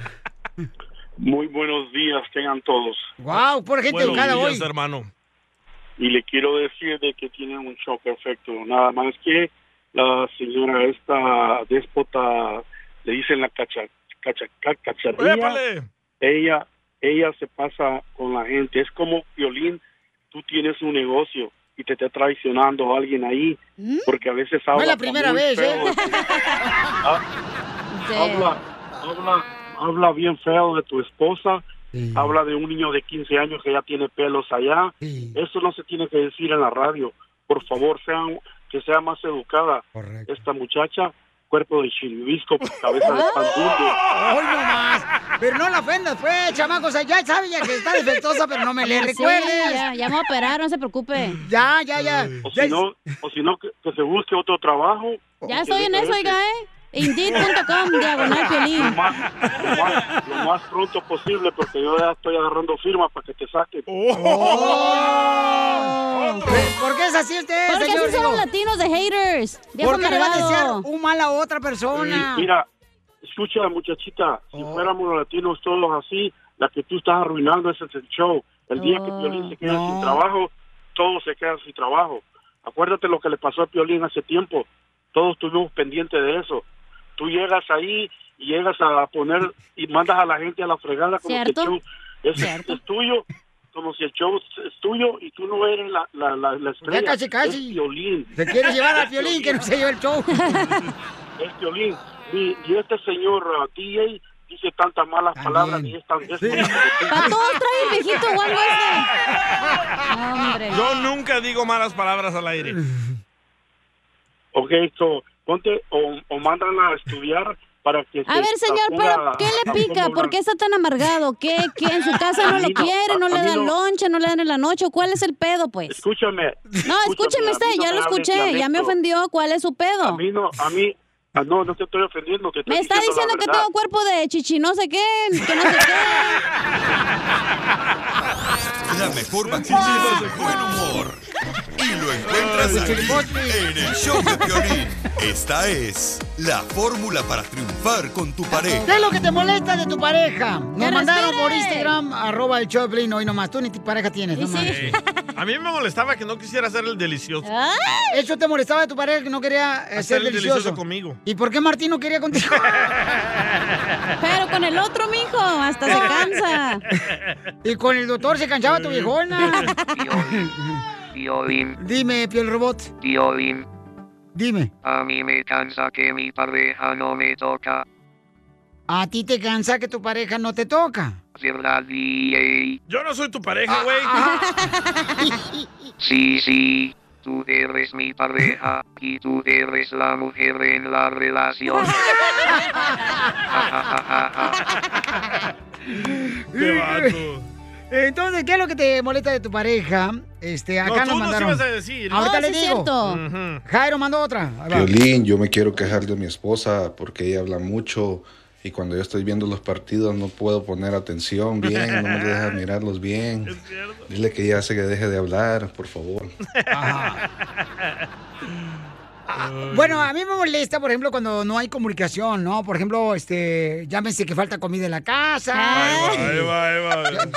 Muy buenos días, tengan todos. Wow, por gente Buenos educada días, hoy. hermano. y le quiero decir de que tiene un show perfecto. Nada más que la señora esta déspota le dicen la cacha, cacha, ca- cacharilla. ¡Épale! Ella, ella se pasa con la gente. Es como violín. Tú tienes un negocio y te está traicionando alguien ahí, porque a veces ¿Mm? No habla es la pa' primera muy vez, feo. Ah, ¿eh? Habla, habla, habla bien feo de tu esposa. Habla de un niño de 15 años que ya tiene pelos allá. Eso no se tiene que decir en la radio. Por favor, sean, que sea más educada esta muchacha. Cuerpo de chiribisco, cabeza de pandullo. Ah. ¡Hoy no más! Pero no la ofendas, pues, chamacos. O sea, ya sabía que está defectuosa, pero no me le Ah, Sí, recuerdes. ya, ya me voy a operar, no se preocupe. Ya, ya, ya. O si no, o si no que, que se busque otro trabajo. Ya Que estoy en deje eso, ese. oiga, ¿eh? Indeed.com, diagonal Lo Piolín. más, lo más- lo más pronto posible, porque yo ya estoy agarrando firmas para que te saquen. Oh. ¿Por qué es así usted, Porque señor? así son los Digo, latinos de haters. Viejo ¿Por qué le va a desear malvado. un mal a otra persona? Oh. Y Mira, escucha, muchachita, si fuéramos los latinos todos así, la que tú estás arruinando ese es el show. El día Oh. que Piolín se queda sin trabajo, todos se quedan sin trabajo. Acuérdate lo que le pasó a Piolín hace tiempo. Todos estuvimos pendientes de eso. Tú llegas ahí y llegas a poner y mandas a la gente a la fregada como ¿Cierto? que el show es, es tuyo, como si el show es tuyo y tú no eres la, la, la, la estrella. casi, casi. Es Piolín. Te quieres llevar al Es violín que no se lleva el show. es violín. Y, y este señor uh, DJ dice tantas malas palabras y es tan es- Para todos trae el viejito guango este. Yo nunca digo malas palabras al aire. Ok, so, ponte o, o mandan a estudiar para que A ver, señor, pero ¿qué le pica? ¿Por qué está tan amargado? ¿Qué, qué en su casa no A lo mí no, quiere? ¿No a- le a mí dan no. lonche? ¿No le dan en la noche? ¿Cuál es el pedo, pues? Escúchame. No, escúcheme usted, ya lo escuché, ya me ofendió. ¿Cuál es su A pedo? mí no, a mí ah, no, no te estoy ofendiendo, te estoy Me está diciendo que tengo cuerpo de chichi, no sé qué, que no sé qué. La mejor vacuna es el buen humor. Y lo encuentras aquí, en el show de Piolín. Esta es la fórmula para triunfar con tu ¿Qué es pareja. lo que te molesta de tu pareja? ¡Que Nos mandaron respire! por Instagram, arroba el Choplin, hoy nomás. Tú ni tu pareja tienes, no Eh, manches. A mí me molestaba que no quisiera hacer el delicioso. Ah. Eso te molestaba de tu pareja que no quería eh, Hacer ser el delicioso. delicioso. conmigo. ¿Y por qué Martín no quería contigo? Pero con el otro, mijo, hasta se cansa. Y con el doctor se cansaba tu viejona. Piolín, Dime, piel robot. Piolín. Dime. A mí me cansa que mi pareja no me toca. ¿A ti te cansa que tu pareja no te toca? ¿Verdad, DJ? Yo no soy tu Ah, pareja, güey. Sí, sí. Tú eres mi pareja y tú eres la mujer en la relación. eh. Entonces, ¿qué es lo que te molesta de tu pareja? Este, acá No, tú nos nos mandaron. ibas a decir. Ahorita Ah, No, le sí es digo. cierto. Jairo mandó otra. Ahí va. Violín, yo me quiero quejar de mi esposa porque ella habla mucho y cuando yo estoy viendo los partidos no puedo poner atención bien, no me deja mirarlos bien. Dile que ya hace que deje de hablar, por favor. Bueno, a mí me molesta, por ejemplo, cuando no hay comunicación, ¿no? Por ejemplo, este, llámese que falta comida en la casa. Ahí va, ahí va, ahí va.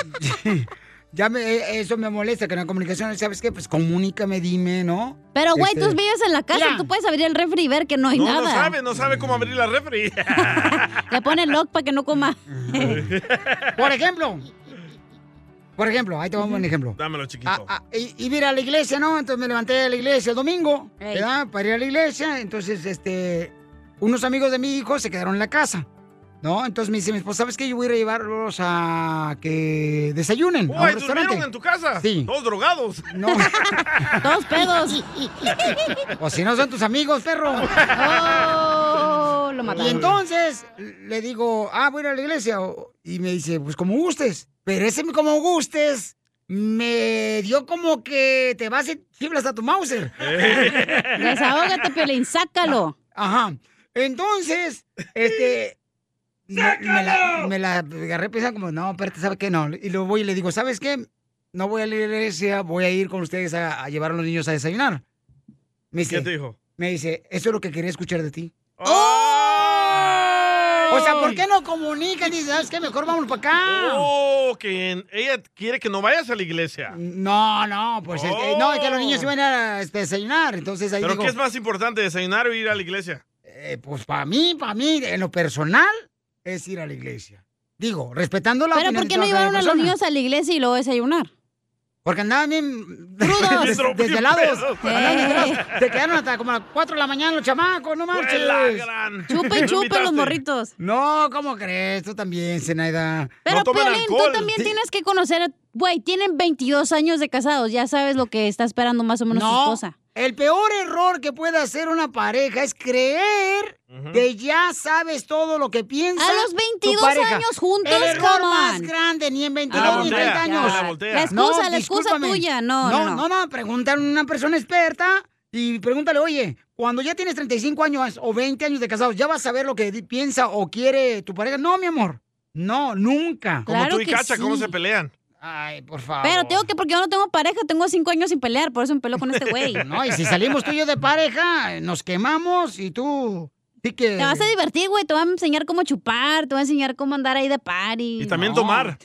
Ya me- eh, eso me molesta, que no hay comunicación. ¿Sabes qué? Pues comunícame, dime, ¿no? Pero, güey, Este, tú vives en la casa, tú puedes abrir el refri y ver que no hay No, nada. no sabe, no sabe cómo abrir la refri. Le pone lock para que no coma. Por ejemplo, por ejemplo, ahí te vamos un ejemplo. Dámelo, chiquito. Ah, y, y mira a la iglesia, ¿no? Entonces me levanté a la iglesia el domingo, Ey. ¿verdad? Para ir a la iglesia. Entonces, este, unos amigos de mi hijo se quedaron en la casa, ¿no? Entonces me dice mi esposa, ¿sabes qué? Yo voy a ir a llevarlos a que desayunen. a un Uy, restaurante. durmieron en tu casa. Sí. Todos drogados. No. Todos pedos. O si no son tus amigos, perro. Oh, lo mataron. Y entonces le digo, ah, voy a ir a la iglesia. o- Y me dice, pues como gustes. Pero ese como gustes me dio como que te vas y fibras a tu Mauser. Pues, Desahógate, Pelín, sácalo. Ajá. Entonces, este. Me, me la, me la agarré pensando como, no, espérate, ¿sabes qué? No. Y luego voy y le digo, ¿sabes qué? No voy a la iglesia, voy a ir con ustedes a, a llevar a los niños a desayunar. Me dice, ¿Qué te dijo? Me dice, eso es lo que quería escuchar de ti. O sea, ¿por qué no comunican? Dicen, ¿sabes qué? Mejor vamos para acá. Oh, que en- ella quiere que no vayas a la iglesia. Mm, No, no, pues es que- no, es que los niños iban a este, desayunar, entonces ahí Oh. ¿Pero digo, qué es más importante, desayunar o ir a la iglesia? eh, pues para mí, para mí, en lo personal, es ir a la iglesia. Digo, respetando la Pero opinión ¿por de qué no toda cada llevaron a los persona. niños a la iglesia y luego desayunar? Porque andaban bien crudos. Des- desvelados. Andaban Eh. desvelados. Se quedaron hasta como a las 4 de la mañana los chamacos, no marches. gran. Chupe y chupe los morritos. No, ¿cómo crees? Tú también, Zenaida. Pero Piolín, tú también tienes que conocer, a- güey, tienen 22 años de casados, ya sabes lo que está esperando más o menos tu No, esposa. el peor error que puede hacer una pareja es creer que ya sabes todo lo que piensa. A los tu 22 pareja. años juntos, El error come más on. grande, ni en 22 Ah, ni en voltea, 30 años. ya, voltea. La excusa, la excusa discúlpame. tuya, no, no, No, no, no, pregúntale a una persona experta y pregúntale, oye, cuando ya tienes 35 años o 20 años de casados, ¿ya vas a saber lo que di- piensa o quiere tu pareja? No, mi amor. No, nunca. Como tú y Cacha, ¿cómo se pelean? Ay, por favor. Pero tengo que, porque yo no tengo pareja, tengo 5 años sin pelear, por eso me peló con este güey. No, y si salimos tú y yo de pareja, nos quemamos y tú. sí que... Te vas a divertir, güey, te voy a enseñar cómo chupar, te voy a enseñar cómo andar ahí de party. Y también tomar.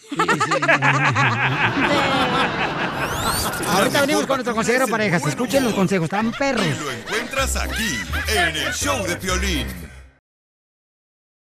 Ahorita venimos con nuestro consejero de parejas. Escuchen los consejos, están perros. Encuentras aquí, en el show de Piolín.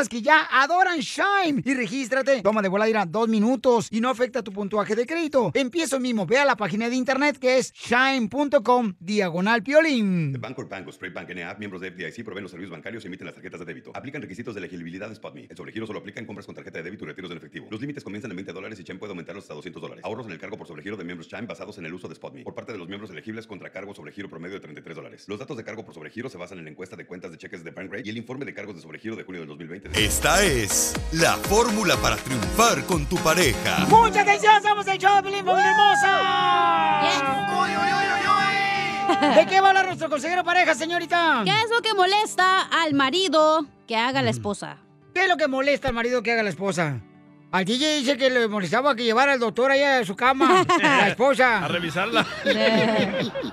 que ya adoran Shine y regístrate. Toma de vuelta ir a dos minutos y no afecta tu puntuaje de crédito. Empiezo mismo. Ve a la página de internet que es shine.com diagonal piolín. Bancorp Bank o Spray Bank NA, miembros de FDIC, proveen los servicios bancarios y emiten las tarjetas de débito. Aplican requisitos de elegibilidad de SpotMe. El sobregiro solo aplica en compras con tarjeta de débito y retiros en efectivo. Los límites comienzan en 20 dólares y Chime puede aumentarlos hasta 200 dólares. Ahorros en el cargo por sobregiro de miembros Chime basados en el uso de SpotMe por parte de los miembros elegibles contra cargo sobregiro promedio de 33 dólares. Los datos de cargo por sobregiro se basan en la encuesta de cuentas de cheques de Bankrate y el informe de cargos de sobregiro de junio del 2020. Esta es la fórmula para triunfar con tu pareja. ¡Mucha atención! ¡Somos el show de Piolín, familia hermosa! ¿De qué va a hablar nuestro consejero pareja, señorita? ¿Qué es lo que molesta al marido que haga la esposa? ¿Qué es lo que molesta al marido que haga la esposa? Al DJ dice que le molestaba que llevara al doctor allá a su cama, la esposa. A revisarla.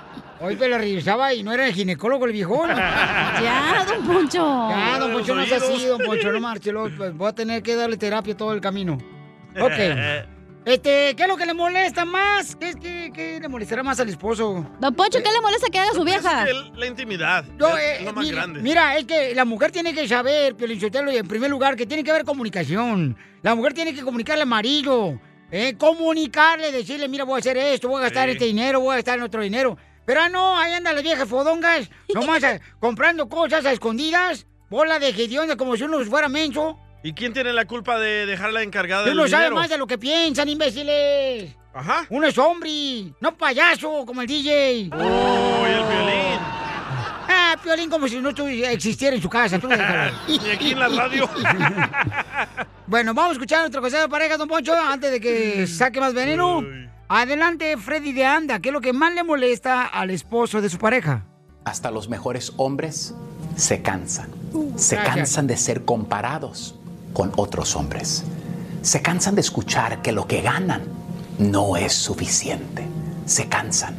Hoy te la revisaba y no era el ginecólogo el viejón. Ya, don Poncho. Ya, don Los Poncho, no sea así, oídos. don Poncho, no marche. luego, pues, Voy a tener que darle terapia todo el camino. Ok. Este, ¿qué es lo que le molesta más? ¿Qué, qué, qué le molestará más al esposo? Eh, Don Poncho, ¿qué le molesta que haga pues, su vieja? La intimidad. Yo, es eh, lo más mira, grande. mira, es que la mujer tiene que saber, Piolín Sotelo, y en primer lugar, que tiene que haber comunicación. La mujer tiene que comunicarle al marido, eh, comunicarle, decirle, mira, voy a hacer esto, voy a gastar Sí. este dinero, voy a gastar en otro dinero. Pero ah, no, ahí andan las viejas fodongas, nomás a- comprando cosas a escondidas, bola de hedionda, como si uno fuera menso. ¿Y quién tiene la culpa de dejarla encargada Tú del no sabes dinero? más de lo que piensan, imbéciles. Ajá. Uno es hombre, no payaso, como el DJ. Oh, y el violín. Ah, Piolín como si no estuvi- existiera en su casa. Tú déjalo. Ni aquí en la radio. bueno, vamos a escuchar nuestro consejo de pareja, don Poncho, antes de que saque más veneno. Adelante, Freddy de Anda, ¿qué es lo que más le molesta al esposo de su pareja? Hasta los mejores hombres se cansan. Se gracias. cansan de ser comparados con otros hombres. Se cansan de escuchar que lo que ganan no es suficiente. Se cansan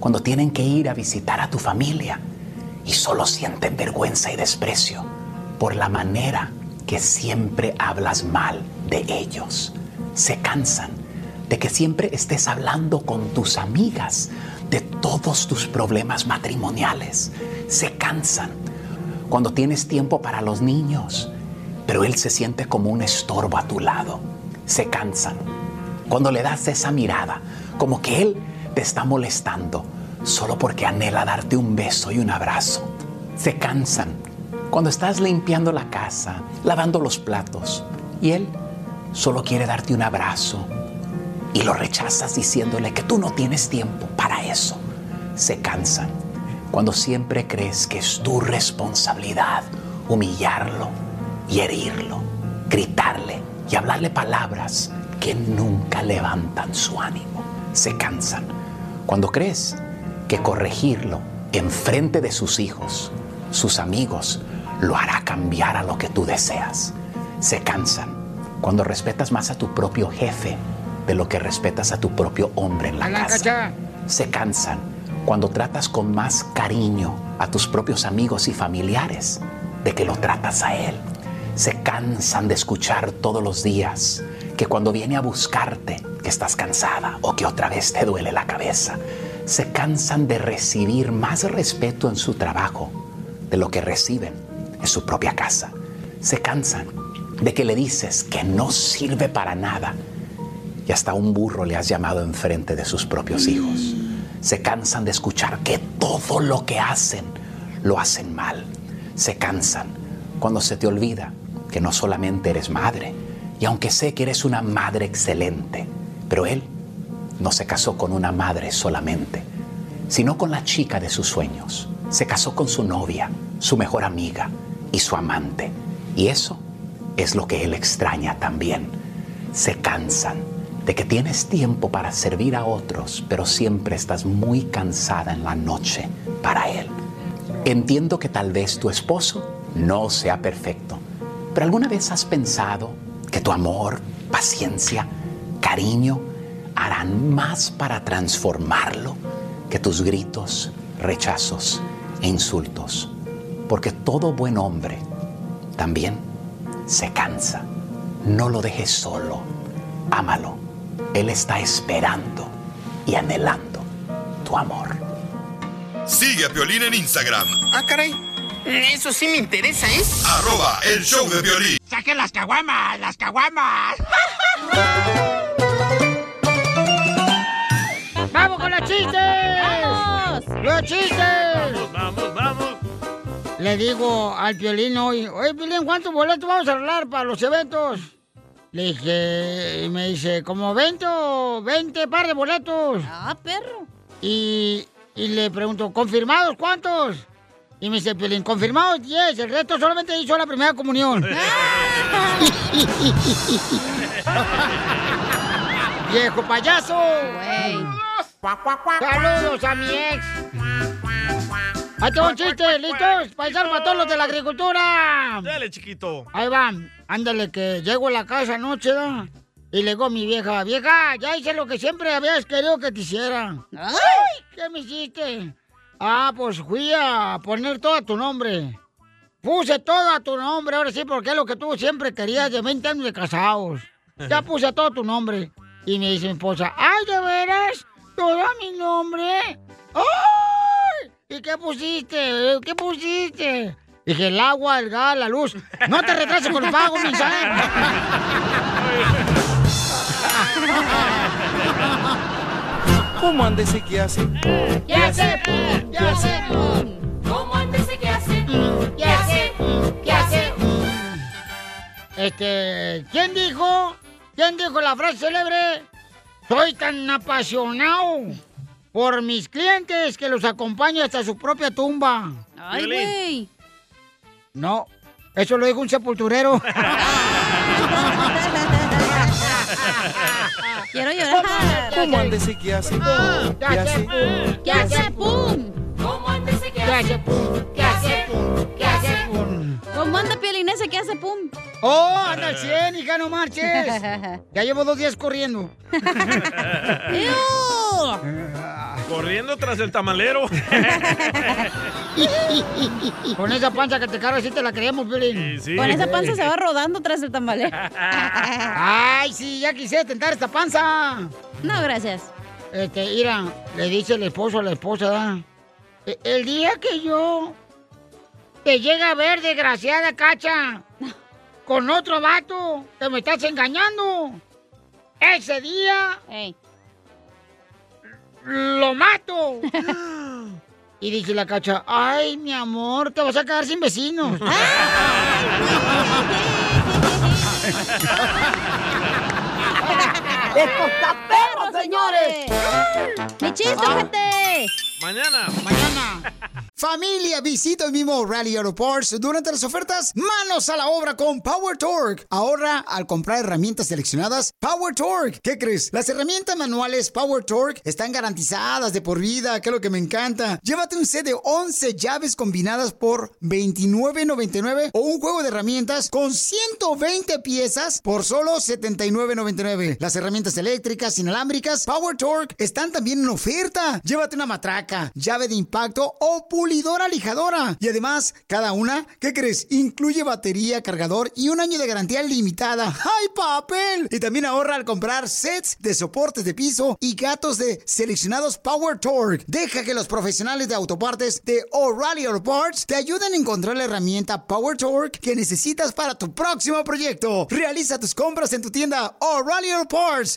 cuando tienen que ir a visitar a tu familia y solo sienten vergüenza y desprecio por la manera que siempre hablas mal de ellos. Se cansan de que siempre estés hablando con tus amigas de todos tus problemas matrimoniales. Se cansan cuando tienes tiempo para los niños, pero él se siente como un estorbo a tu lado. Se cansan cuando le das esa mirada, como que él te está molestando, solo porque anhela darte un beso y un abrazo. Se cansan cuando estás limpiando la casa, lavando los platos, y él solo quiere darte un abrazo y lo rechazas diciéndole que tú no tienes tiempo para eso. Se cansan cuando siempre crees que es tu responsabilidad humillarlo, y herirlo, gritarle y hablarle palabras que nunca levantan su ánimo. Se cansan cuando crees que corregirlo en frente de sus hijos, sus amigos, lo hará cambiar a lo que tú deseas. Se cansan cuando respetas más a tu propio jefe de lo que respetas a tu propio hombre en la casa. Se cansan cuando tratas con más cariño a tus propios amigos y familiares de que lo tratas a él. Se cansan de escuchar todos los días que cuando viene a buscarte, que estás cansada o que otra vez te duele la cabeza. Se cansan de recibir más respeto en su trabajo de lo que reciben en su propia casa. Se cansan de que le dices que no sirve para nada y hasta un burro le has llamado enfrente de sus propios hijos. Se cansan de escuchar que todo lo que hacen lo hacen mal. Se cansan cuando se te olvida que no solamente eres madre, y aunque sé que eres una madre excelente, pero él no se casó con una madre solamente, sino con la chica de sus sueños. Se casó con su novia, su mejor amiga y su amante. Y eso es lo que él extraña también. Se cansan de que tienes tiempo para servir a otros, pero siempre estás muy cansada en la noche para él. Entiendo que tal vez tu esposo no sea perfecto, pero alguna vez has pensado que tu amor, paciencia, cariño harán más para transformarlo que tus gritos, rechazos e insultos. Porque todo buen hombre también se cansa. No lo dejes solo, ámalo. Él está esperando y anhelando tu amor. Sigue a Piolín en Instagram. Ah, caray. Eso sí me interesa, ¿eh? Arroba el show de Piolín. ¡Saquen las caguamas! ¡Las caguamas! ¡Vamos con los chistes! ¡Vamos! ¡Los chistes! Vamos, vamos, vamos. Le digo al Piolín hoy, oye, Piolín, ¿cuántos boletos vamos a arreglar para los eventos? Le dije, y me dice, como 20, o 20 par de boletos. Ah, perro. Y, y le pregunto, ¿confirmados cuántos? Y me dice, Piolín, confirmados 10, el resto solamente hizo la primera comunión. ¡Viejo payaso! ¡Saludos a mi ex! Ahí tengo un chiste, ¿listos? Paisanos para todos los de la agricultura. Dale, chiquito. Ahí van, ándale que llego a la casa anoche, ¿no? Y le digo a mi vieja, vieja, ya hice lo que siempre habías querido que te hiciera. ¡Ay! ¿Qué me hiciste? Ah, pues fui a poner todo a tu nombre. Puse todo a tu nombre, ahora sí, porque es lo que tú siempre querías de 20 años de casados. Ya puse todo tu nombre. Y me dice mi esposa, ¡ay, de veras! ¿Todo a mi nombre? ¡Ay! ¿Y qué pusiste? ¿Qué pusiste? Dije, el agua, el gas, la luz. No te retrases con el pago, mi ¿Cómo anda ese que hace? ¿Qué hace? ¿Qué hace? ¿Cómo antes qué hace? ¿Qué hace? ¿Qué hace? Este, ¿quién dijo? ¿Quién dijo la frase célebre? Soy tan apasionado por mis clientes que los acompaño hasta su propia tumba. ¡Ay, güey! No, eso lo dijo un sepulturero. Quiero llorar. ¿Cómo anda ese que hace? ¿Qué hace? ¿Qué hace? ¡Pum! ¿Cómo antes qué hace? ¿Qué hace? ¿Qué hace? ¿Cómo anda Pielinesa que hace pum? ¡Oh, anda al 100, hija, no marches! Ya llevo dos días corriendo. Corriendo tras el tamalero. Con esa panza que te cargas, sí te la creemos, Piolín. Sí, sí. Con esa panza se va rodando tras el tambalero. ¡Ay, sí! Ya quisiera tentar esta panza. No, gracias. Este, mira, le dice el esposo a la esposa, ¿verdad? "E- El día que yo te llega a ver, desgraciada cacha, con otro vato que me estás engañando, ese día lo mato. y dice la cacha, ay, mi amor, te vas a quedar sin vecinos. ¡Esto está perro, señores! Ah. ¡Mi chiste, gente! Mañana. Mañana. Familia, visita el mismo Rally Auto Parts durante las ofertas. Manos a la obra con Power Torque. Ahorra al comprar herramientas seleccionadas Power Torque. ¿Qué crees? Las herramientas manuales Power Torque están garantizadas de por vida, que es lo que me encanta. Llévate un set de 11 llaves combinadas por $29.99 o un juego de herramientas con 120 piezas por solo $79.99. Las herramientas eléctricas, inalámbricas, Power Torque están también en oferta. Llévate una matraca, llave de impacto o pulidora lijadora. Y además, cada una, ¿qué crees? Incluye batería, cargador y un año de garantía limitada. ¡Ay, papel! Y también ahorra al comprar sets de soportes de piso y gatos de seleccionados Power Torque. Deja que los profesionales de autopartes de O'Reilly Auto Parts te ayuden a encontrar la herramienta Power Torque que necesitas para tu próximo proyecto. Realiza tus compras en tu tienda O'Reilly Auto Parts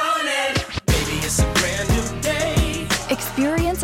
Experience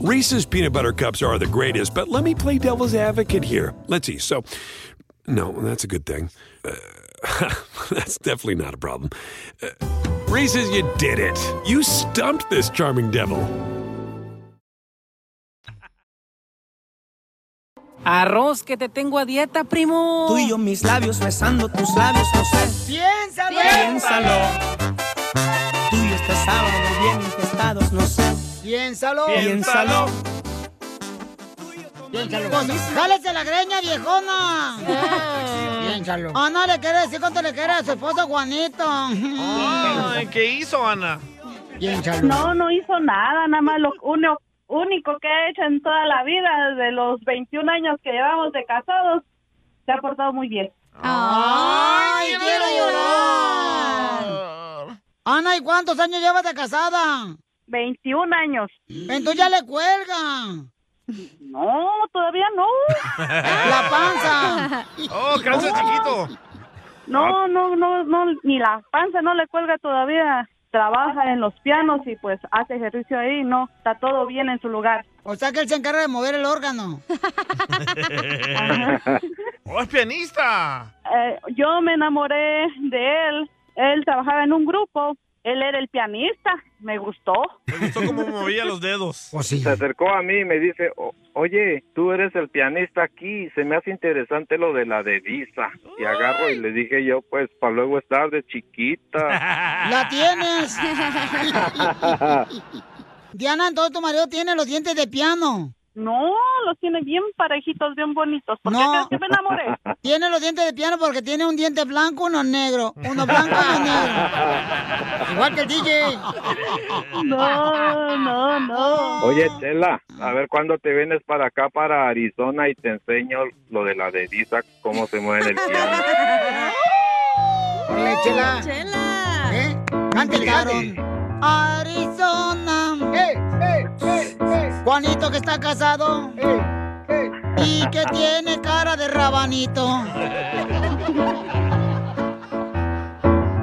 Reese's peanut butter cups are the greatest, but let me play devil's advocate here. Let's see. So, no, that's a good thing. Uh, that's definitely not a problem. Uh, Reese's, you did it. You stumped this charming devil. Arroz que te tengo a dieta, primo. Tú y yo, mis labios besando tus labios, no sé. Piénsalo. Piénsalo. Tú y yo este sábado bien infestados, no sé. Piénsalo. Piénsalo. Piénsalo. ¡Sálese la greña, viejona! Ah. Piénsalo. Ana le quiere decir cuánto le quiere a su esposo Juanito. Ay, ¿Qué hizo, Ana? Piénsalo. No, no hizo nada, nada más lo uno- único que ha hecho en toda la vida, desde los 21 años que llevamos de casados, se ha portado muy bien. ¡Ay, quiero llorar! Ana, ¿y cuántos años llevas de casada? 21 años. Entonces ya le cuelga. No, todavía no. La panza. ¡Oh, calza No. chiquito! No, no, no, no, ni la panza no le cuelga todavía. Trabaja en los pianos y pues hace ejercicio ahí, no, está todo bien en su lugar. O sea que él se encarga de mover el órgano. ¡Oh, es pianista! Eh, yo me enamoré de él. Él trabajaba en un grupo. Él era el pianista. Me gustó. Gustó cómo movía los dedos. Oh, Se acercó a mí y me dice, "O- oye, tú eres el pianista aquí, se me hace interesante lo de la de Visa. Y agarro y le dije yo, pues, para luego es tarde, chiquita. ¡La tienes! Diana, entonces tu marido tiene los dientes de piano. No, los tiene bien parejitos, bien bonitos. ¿Por qué crees que me enamoré? Tiene los dientes de piano porque tiene un diente blanco, uno negro. Uno blanco y uno negro. Igual que el DJ. No, no, no. Oye, Chela, a ver cuándo te vienes para acá, para Arizona, y te enseño lo de la de Visa, cómo se mueve el piano. Órale, chela. ¿Eh? Cántele, Aaron. Arizona. Juanito que está casado. Y que tiene cara de rabanito.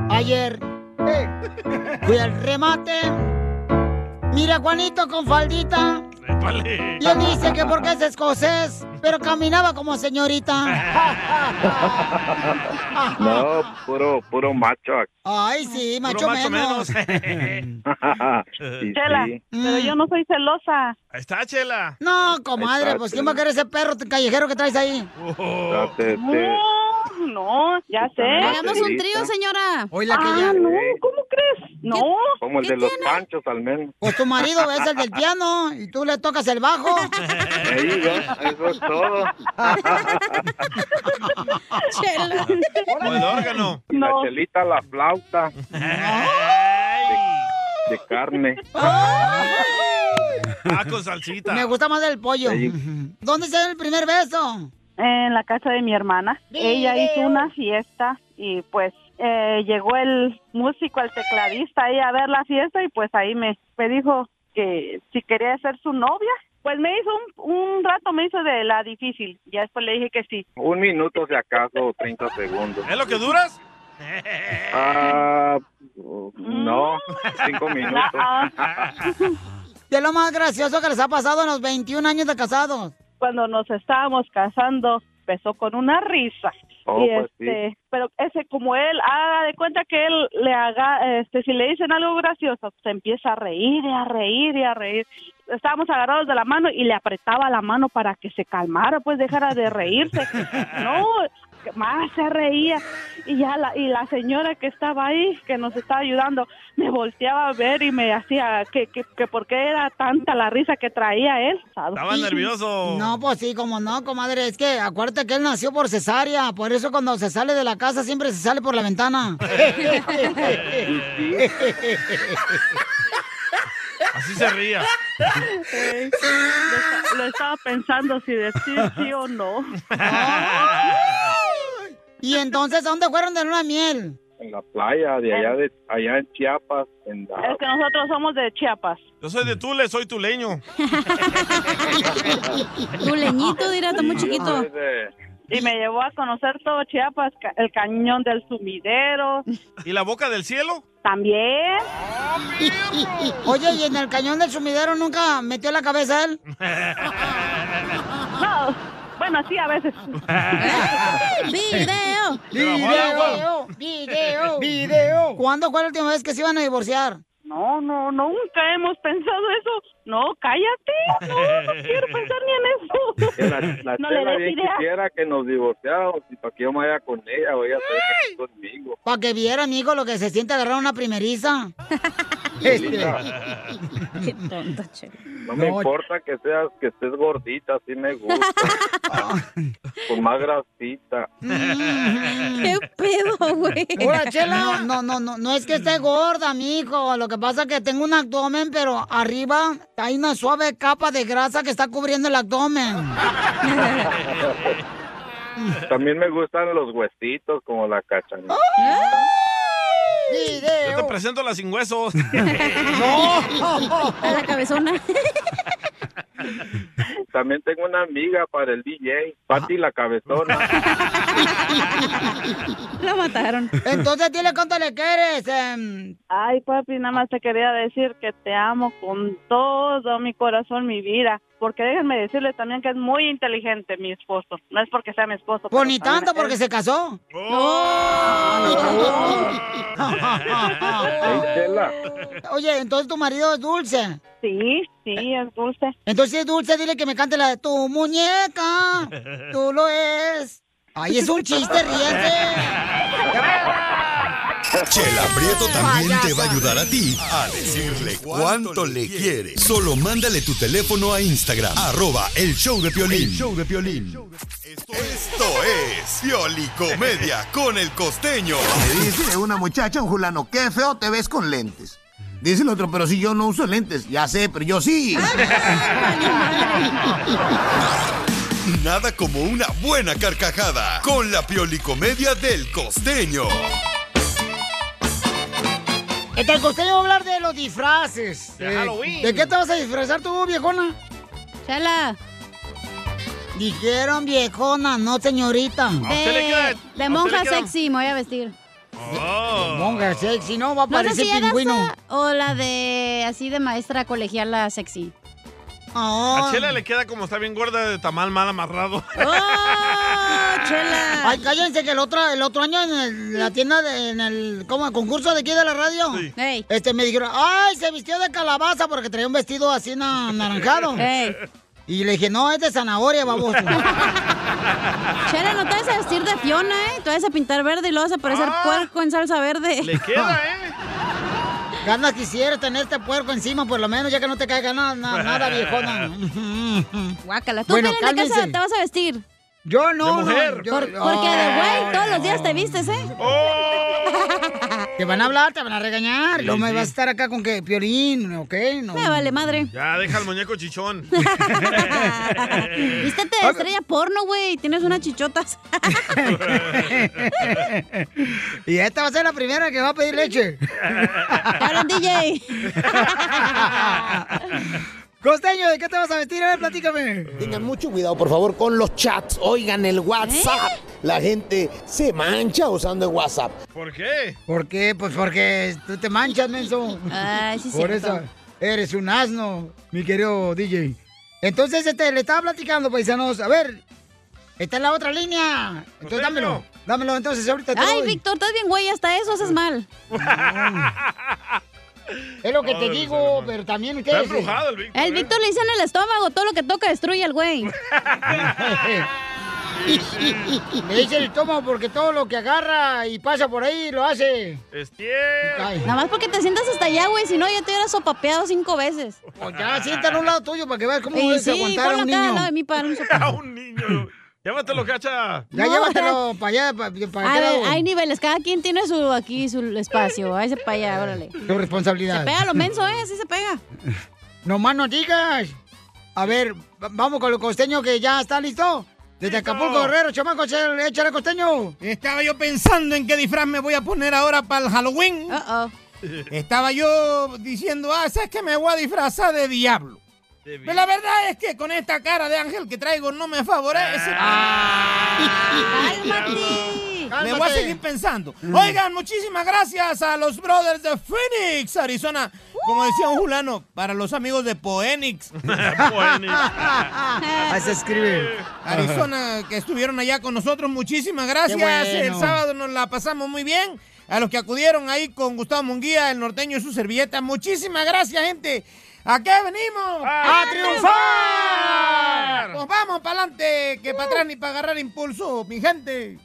Ayer fui al remate. Mira, Juanito con faldita. Épale. Y él dice que porque es escocés, pero caminaba como señorita. No, puro, puro macho. Ay, sí, macho, menos. Sí, Chela, sí. pero yo no soy celosa. Ahí está, Chela. No, Ahí comadre, está, pues sí. ¿quién va a querer ese perro callejero que traes ahí? Ya te- te- No, Oh, no, ya sé. Hagamos un trío, señora. Oiga, que ya- Ah, no, ¿cómo crees? No. Como el de los panchos, al menos. Pues tu marido es el del piano y tú le tocas el bajo. Ahí, ya, eso es todo. Chela. O el órgano. Y La chelita, la flauta. De, de carne. Ah, con salsita. Me gusta más el pollo. Ahí. ¿Dónde se dio el primer beso? En la casa de mi hermana. Ella hizo una fiesta y pues eh, llegó el músico, el tecladista ahí a ver la fiesta y pues ahí me, me dijo que si quería ser su novia. Pues me hizo un, un rato, me hizo de la difícil. Ya después le dije que sí. Un minuto si acaso, 30 segundos. ¿Es lo que duras? Ah, no, Mm. cinco minutos. ¿Qué es lo más gracioso que les ha pasado en los 21 años de casados? Cuando nos estábamos casando, empezó con una risa. Oh, y pues sí. este, pero ese como él haga de cuenta que él le haga, este, si le dicen algo gracioso, se empieza a reír y a reír y a reír. Estábamos agarrados de la mano y le apretaba la mano para que se calmara, pues dejara de reírse. No, más se reía. Y ya la, y la señora que estaba ahí, que nos estaba ayudando, me volteaba a ver y me hacía que, que, que por qué era tanta la risa que traía él. Estaba nervioso. No, pues sí, como no, comadre. Es que acuérdate que él nació por cesárea. Por eso cuando se sale de la casa siempre se sale por la ventana. Así se ría. Eh, lo esta- lo estaba pensando si decir sí o no. y entonces, ¿a dónde fueron de luna de miel? En la playa, de allá, de, allá en Chiapas. En la- que nosotros somos de Chiapas. Yo soy de Tule, soy tuleño. Tu leñito, dirá, está muy chiquito. Y me llevó a conocer todo Chiapas, ca- el cañón del sumidero. ¿Y la boca del cielo? También. Oye, ¿y en el cañón del sumidero nunca metió la cabeza él? No. Bueno, sí, a veces. ¡Video! ¡Video! ¡Video! ¡Video! ¡Video! ¿Cuándo fue la última vez que se iban a divorciar? No, no, nunca hemos pensado eso. No, cállate. No, no quiero pensar ni en eso. que la la No le Chela des bien ideas. quisiera que nos divorciáramos y para que yo me vaya con ella o ella se vaya conmigo. Para que viera, amigo, lo que se siente agarrar una primeriza. Qué tonto, No me No. importa que seas, que estés gordita, así me gusta. Con más grasita. ¿Qué pedo, güey? Hola, Chela. No, no, no, no es que esté gorda, mijo. Lo que pasa es que tengo un abdomen, pero arriba hay una suave capa de grasa que está cubriendo el abdomen. También me gustan los huesitos como la cachanilla. Yo te presento la sin huesos. A la cabezona. También tengo una amiga para el DJ, Patti la cabezona. La mataron. Entonces dile cuánto le quieres. em. Ay, papi, nada más te quería decir que te amo con todo mi corazón, mi vida. Porque déjenme decirle también que es muy inteligente mi esposo. No es porque sea mi esposo. Pues pero ni también tanto porque es- se casó. Ey, Chela, Oye, entonces tu marido es dulce. Sí, sí, es dulce. Entonces si es dulce, dile que me cante la de tu muñeca. Tú lo es. Ay, es un chiste, ríete. Chela Prieto también te va a ayudar a ti a decirle cuánto le quiere. Solo mándale tu teléfono a Instagram, arroba el show de Piolín. El show de Esto es Piolicomedia con el costeño. Le dice una muchacha, un fulano, qué feo te ves con lentes. Dice el otro, pero si yo no uso lentes, ya sé, pero yo sí. Nada como una buena carcajada con la Piolicomedia del costeño. Entonces, costeño va a hablar de los disfraces. De Eh, Halloween. ¿De qué te vas a disfrazar tú, viejona? Chala. Dijeron viejona, no señorita. De, de monja sexy me voy a vestir. Oh. Monja sexy, no, va a No sé parecer si era pingüino. esa o la de así de maestra colegiala sexy. A Chela le queda como está bien gorda de tamal mal amarrado. Chela. Ay, cállense que el otro, el otro año en el- la tienda, de- en el ¿cómo? ¿El concurso de aquí de la radio, este me dijeron, ay, se vistió de calabaza porque traía un vestido así na- anaranjado. Y le dije, no, es de zanahoria, baboso. Chela, no te vas a vestir de Fiona, ¿eh? Te vas a pintar verde y luego vas a parecer puerco en salsa verde. Le queda, Ganas quisiera tener este puerco encima, por lo menos, ya que no te caiga nada, nada, nada viejona. Guácala. Tú Bueno, mira, en la casa cálmense. te vas a vestir. Yo no. De mujer. no, yo- Por- porque de güey, Ay, todos los no. días te vistes, ¿eh? Te van a hablar, te van a regañar. Sí, No me sí. vas a estar acá con que Piolín, ¿ok? No. Me vale madre. Ya, deja el muñeco chichón. Vístete de estrella porno, güey. Tienes unas chichotas. y esta va a ser la primera que va a pedir leche. Hablan DJ. Costeño, ¿de qué te vas a vestir? A ver, platícame. Tengan mucho cuidado, por favor, con los chats. Oigan el WhatsApp. La gente se mancha usando el WhatsApp. ¿Por qué? ¿Por qué? Pues porque tú te manchas, menso. Ay, sí, Por cierto. eso eres un asno, mi querido DJ. Entonces, este, le estaba platicando, paisanos. A ver, está en la otra línea. Entonces, dámelo. Dámelo, entonces, ahorita te Ay, doy. Víctor, estás bien, güey. Hasta eso haces mal. Es lo que te digo, pero también ustedes... Está embrujado el Víctor, ¿eh? El Víctor le dice en el estómago, todo lo que toca destruye al güey. Le dice el estómago porque todo lo que agarra y pasa por ahí lo hace. Nada más porque te sientas hasta allá, güey. Si no, ya te hubieras sopapeado cinco veces. Pues ya, siéntalo a un lado tuyo para que veas cómo Y debes sí, aguantar a ponlo un acá niño. al lado de mí para un sopapo. Llévatelo, cacha. Ya llévatelo para allá, para, para A aquel ver, lado. hay niveles. Cada quien tiene su aquí su espacio. Ahí se para allá, órale. Tu responsabilidad. Se pega lo menso, ¿eh? Así se pega. Nomás no digas. A ver, va- vamos con el costeño que ya está listo. Desde Acapulco, Guerrero, chamaco, échale échale, costeño. Estaba yo pensando en qué disfraz me voy a poner ahora para el Halloween. Estaba yo diciendo, ah, ¿sabes que me voy a disfrazar de diablo? Pero la verdad es que con esta cara de ángel que traigo no me favorece. Ah. Le voy a Cálmate. seguir pensando. Oigan, muchísimas gracias a los brothers de Phoenix, Arizona. Como decía un fulano, para los amigos de Poenix. Ahí se escribe. Arizona, que estuvieron allá con nosotros. Muchísimas gracias. Qué bueno. El sábado nos la pasamos muy bien. A los que acudieron ahí con Gustavo Munguía, el norteño y su servilleta. Muchísimas gracias, gente. ¿A qué venimos? ¡A Pues vamos para adelante, que para atrás ni para agarrar impulso, mi gente.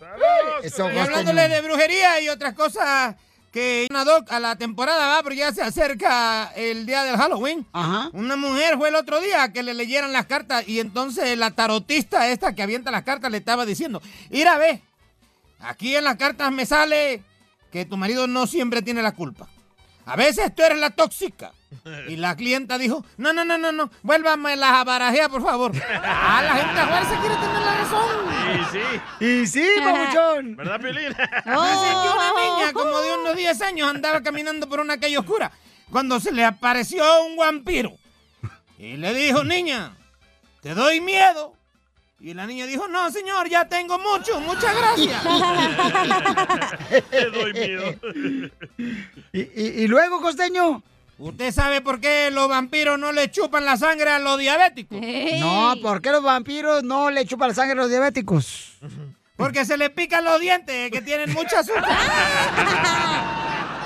Eso, Y hablándole de brujería y otras cosas que una doc a la temporada va, pero ya se acerca el día del Halloween. Una mujer fue el otro día que le leyeran las cartas y entonces la tarotista esta que avienta las cartas le estaba diciendo, ir a ver, aquí en las cartas me sale que tu marido no siempre tiene la culpa. A veces tú eres la tóxica. Y la clienta dijo, no, no, no, no, no, vuélvame la barajea, por favor. Ah, la gente a fuerza quiere tener la razón. Sí, sí. Y sí, papuchón. ¿Verdad, Piolín? Dicen que una niña como de unos 10 años andaba caminando por una calle oscura cuando se le apareció un vampiro. Y le dijo, niña, te doy miedo. Y la niña dijo, no, señor, ya tengo mucho, muchas gracias. Te doy miedo. ¿Y, y- y luego, costeño? ¿Usted sabe por qué los vampiros no le chupan la sangre a los diabéticos? No, ¿por qué los vampiros no le chupan la sangre a los diabéticos? Porque se le pican los dientes, que tienen mucha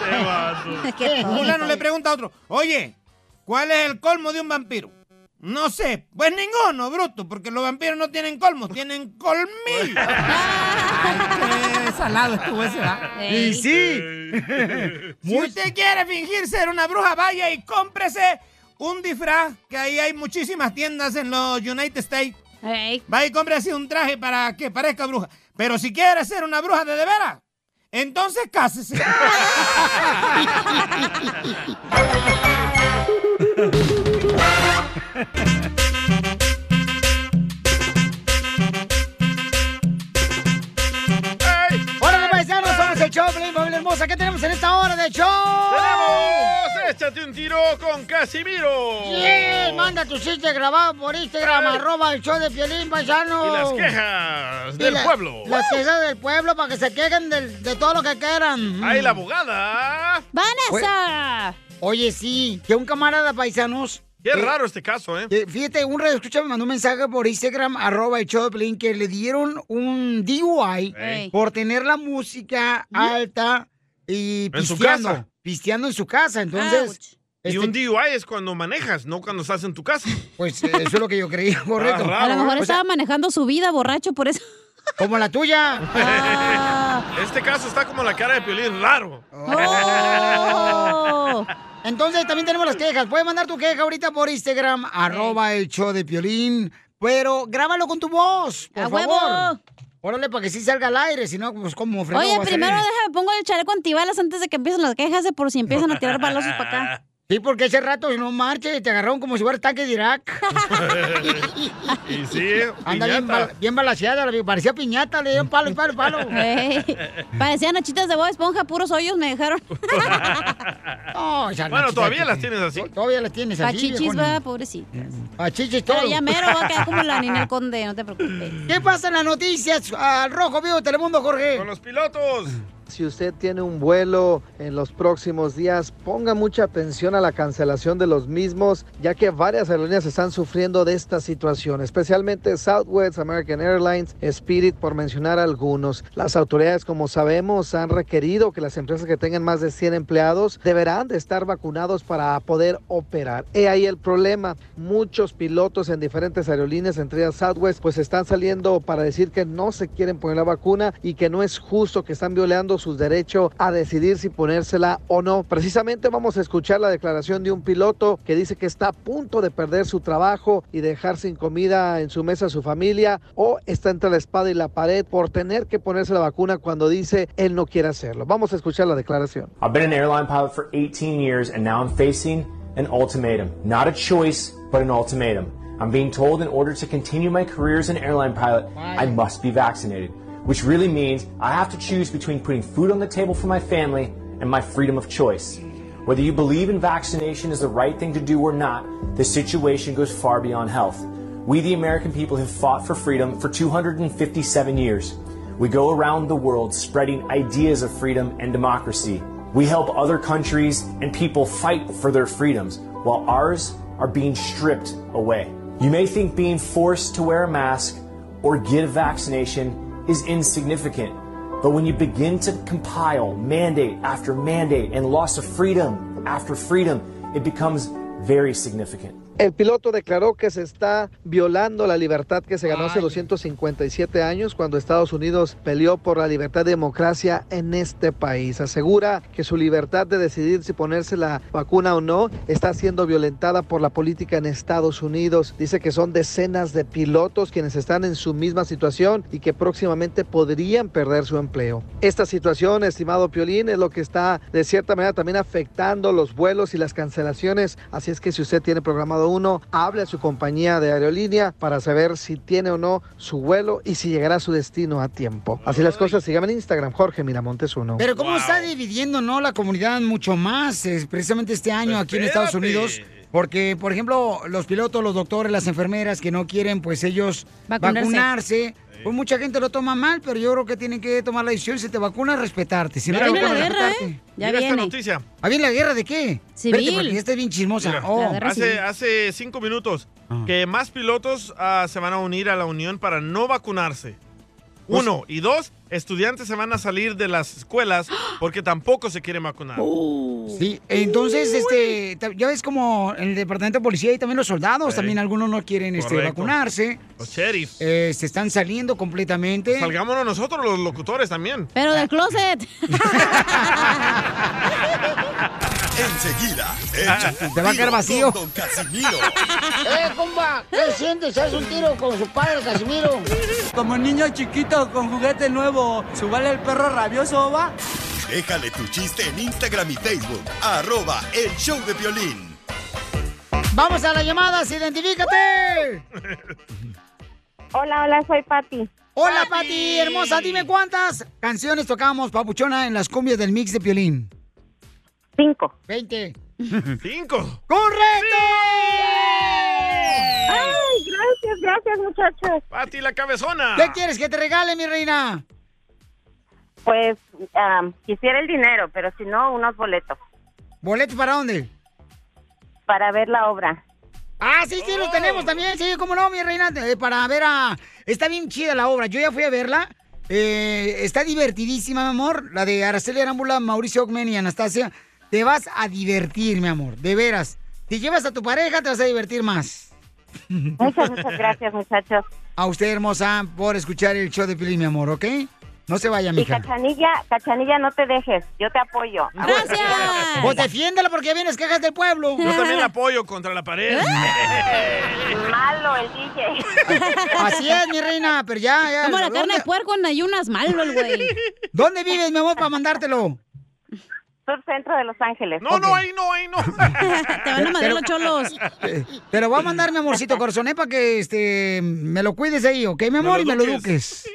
azúcar. Qué Un fulano le pregunta a otro, oye, ¿cuál es el colmo de un vampiro? No sé, pues ninguno, bruto, porque los vampiros no tienen colmo, tienen colmillo. Ay, qué salado estuvo ese, ¿verdad? Y sí. Si usted quiere fingir ser una bruja, vaya y cómprese un disfraz, que ahí hay muchísimas tiendas en los United States. Vaya y cómprese un traje para que parezca bruja. Pero si quiere ser una bruja de de veras, entonces cásese. ¡Hola, paisanos! Somos el show, Pelín, familia hermosa. ¿Qué tenemos en esta hora de show? ¡Tenemos! ¡Échate un tiro con Casimiro! Yeah, Manda tu chiste grabado por Instagram, Ay. arroba el show de Piolín, paisano. Y las quejas Y del la- pueblo. Las quejas del pueblo para que se quejen del- de todo lo que quieran. ¡Ay, la abogada! ¡Vanessa! Oye, sí, que un camarada paisanos. Qué raro este caso, ¿eh? Eh, Fíjate, un radio escucha me mandó un mensaje por Instagram, arroba el show de Piolín, que le dieron un DUI Ey. por tener la música ¿Mm? alta y En su pisteando. casa. Pisteando en su casa, entonces. Y este, un DUI es cuando manejas, no cuando estás en tu casa. ¿eh? Pues eso es lo que yo creía, correcto. A lo mejor O sea, estaba manejando su vida borracho por eso. Como la tuya. Este caso está como la cara de Piolín, raro. Oh. Entonces también tenemos las quejas. Puedes mandar tu queja ahorita por Instagram, arroba el show de Piolín. Pero grábalo con tu voz, por ¡A huevo! favor. Órale, para que sí salga al aire, si no, pues como fregado Oye, va a primero salir? déjame pongo el chaleco antibalas antes de que empiecen las quejas de por si empiezan a tirar balazos para acá. Sí, porque ese rato no marche, te agarraron como si fuera tanque de Irak. y sí, Anda bien, bal- bien balaseada, la vi- parecía piñata, le dieron palo y palo y palo. Ey, parecían hachitas de Bob Esponja, puros hoyos me dejaron. No, ya no, Bueno, chica, todavía chica. las tienes así. Todavía las tienes así. Pachichis, viejona. va, pobrecita. Pachichis todo. Pero ya mero va a quedar como la Ninel Conde, no te preocupes. ¿Qué pasa en las noticias? Al rojo vivo Telemundo, Jorge. Con los pilotos. Si usted tiene un vuelo en los próximos días, ponga mucha atención a la cancelación de los mismos, ya que varias aerolíneas están sufriendo de esta situación, especialmente Southwest, American Airlines, Spirit, por mencionar algunos. Las autoridades, como sabemos, han requerido que las empresas que tengan más de 100 empleados deberán de estar vacunados para poder operar. He ahí el problema. Muchos pilotos en diferentes aerolíneas, entre ellas Southwest, pues están saliendo para decir que no se quieren poner la vacuna y que no es justo que están violando su derecho a decidir si ponérsela o no. Precisamente vamos a escuchar la declaración de un piloto que dice que está a punto de perder su trabajo y dejar sin comida en su mesa a su familia o está entre la espada y la pared por tener que ponerse la vacuna cuando dice él no quiere hacerlo. Vamos a escuchar la declaración. I've been an airline pilot for 18 years and now I'm facing an ultimatum. Not a choice, but an ultimatum. I'm being told in order to continue my career as an airline pilot, I must be vaccinated, which really means I have to choose between putting food on the table for my family and my freedom of choice. Whether you believe in vaccination is the right thing to do or not, the situation goes far beyond health. We, the American people, have fought for freedom for 257 years. We go around the world spreading ideas of freedom and democracy. We help other countries and people fight for their freedoms, while ours are being stripped away. You may think being forced to wear a mask or get a vaccination is insignificant, but when you begin to compile mandate after mandate and loss of freedom after freedom, it becomes very significant. El piloto declaró que se está violando la libertad que se ganó hace 257 años cuando Estados Unidos peleó por la libertad y democracia en este país. Asegura que su libertad de decidir si ponerse la vacuna o no está siendo violentada por la política en Estados Unidos. Dice que son decenas de pilotos quienes están en su misma situación y que próximamente podrían perder su empleo. Esta situación, estimado Piolín, es lo que está de cierta manera también afectando los vuelos y las cancelaciones. Así es que si usted tiene programado uno, hable a su compañía de aerolínea para saber si tiene o no su vuelo y si llegará a su destino a tiempo. Así las cosas, síganme en Instagram, Jorge Miramontes uno. Pero cómo está dividiendo, ¿no? La comunidad mucho más, es precisamente este año aquí en Estados Unidos. Porque, por ejemplo, los pilotos, los doctores, las enfermeras que no quieren, pues ellos Vacunarse. vacunarse, pues mucha gente lo toma mal, pero yo creo que tienen que tomar la decisión, si te vacunas, respetarte. Si no Ya te viene la vacunas, guerra, respetarte. ¿eh? Ya Mira esta viene. noticia. ¿Ah, viene la guerra de qué? Civil. Espérate, porque esta es bien chismosa. Mira, Oh. Ah. hace, hace cinco minutos que más pilotos ah, se van a unir a la unión para no vacunarse. Pues Uno. Y dos, estudiantes se van a salir de las escuelas porque tampoco se quieren vacunar. Sí, entonces, este, ta- ya ves como en el departamento de policía y también los soldados, también algunos no quieren este, Correcto. vacunarse. Los sheriffs. Pues Eh, se están saliendo completamente. Salgámonos nosotros, los locutores también. Pero del closet. Enseguida, échate un Ah, Te va a quedar tiro vacío. con Don Casimiro. ¡Eh, comba! ¿Qué sientes? ¿Haz un tiro con su padre, Casimiro? Como niño chiquito con juguete nuevo, subale el perro rabioso, va. Déjale tu chiste en Instagram y Facebook. Arroba el show de violín. ¡Vamos a las llamadas! ¡Identifícate! Hola, hola, soy Pati. Hola, Pati, hermosa. Dime cuántas canciones tocamos, papuchona, en las cumbias del mix de Piolín. Cinco. Veinte. Cinco. ¡Correcto! ¡Ay, gracias, gracias, muchachos! ¡Pati la cabezona! ¿Qué quieres que te regale, mi reina? Pues am, quisiera el dinero, pero si no, unos boletos ¿Boletos para dónde? para ver la obra. Oh. Ah, sí, sí, los tenemos también, sí, cómo no, mi reina, eh, para ver a... Está bien chida la obra, yo ya fui a verla, eh, está divertidísima, mi amor, la de Araceli Arámbula, Mauricio Ogmen y Anastasia, te vas a divertir, mi amor, de veras. Si llevas a tu pareja, te vas a divertir más. Muchas, muchas gracias, muchachos. A usted, hermosa, por escuchar el show de Pilín, mi amor, ¿ok? No se vaya, Y mija. Cachanilla, Cachanilla, no te dejes. Yo te apoyo. ¡Gracias! Vos defiéndela porque vienes quejas del pueblo. Yo también apoyo contra la pared. Malo el DJ. Así es, mi reina, Ah, pero ya, ya. Como la carne de puerco en ayunas, malo el güey. ¿Dónde vives, mi amor, para mandártelo? Sur centro de Los Ángeles. No, no, ahí no, ahí no. Te van a mandar los cholos. Te lo eh, voy a mandar, mi amorcito corazón, eh, para que este, me lo cuides ahí, ¿ok, mi amor? lo y me lo eduques.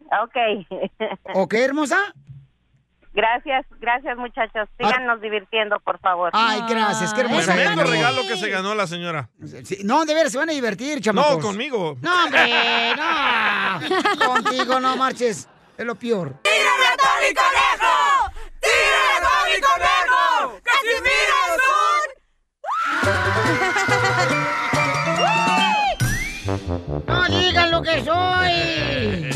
eduques. Ok. ¿Ok, hermosa? Gracias, gracias muchachos. Síganos divirtiendo, por favor. Ah. Ay, gracias, qué hermosa. Tremendo Dani. regalo que se ganó la señora. Sí, No, de ver, se van a divertir, chamacos. No, conmigo. No, hombre, Eh, no. Contigo no marches. Es lo peor. ¡Tírame a Tony Conejo! ¡Tírame a Tony Conejo! ¡Casimiro son! ¡No digan lo que soy!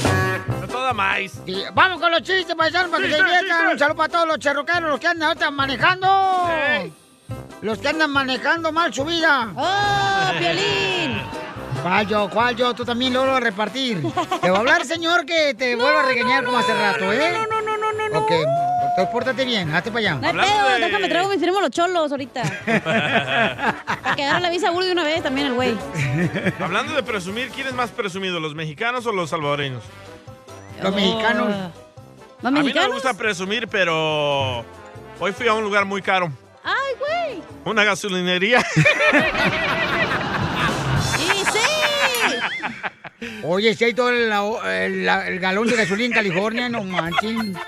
Está toda maíz. Y Vamos con los chistes, paisanos, para que se Chiste, diviertan. chiste. Un saludo para todos los cherroqueros, los que andan ahorita manejando. Los que andan manejando mal su vida. ¡Oh, Piolín! ¿Cuál yo? ¿Cuál yo? Tú también lo vas a repartir. Te voy a hablar, señor, que te vuelvo a regañar como hace rato, ¿eh? No, no, no, no, no, Ok, entonces pórtate bien, hazte para allá. No hay pedo, déjame traigo mis primos los cholos ahorita. Para que agarre la visa burda de una vez también el güey. Hablando de presumir, ¿quién es más presumido, los mexicanos o los salvadoreños? Los mexicanos. ¿Los A mí no me mexicanos? gusta presumir, pero hoy fui a un lugar muy caro, ¡Ay, güey! una gasolinería. ¡Y sí! Oye, si hay todo el, el- el galón de gasolina en California, no manchen.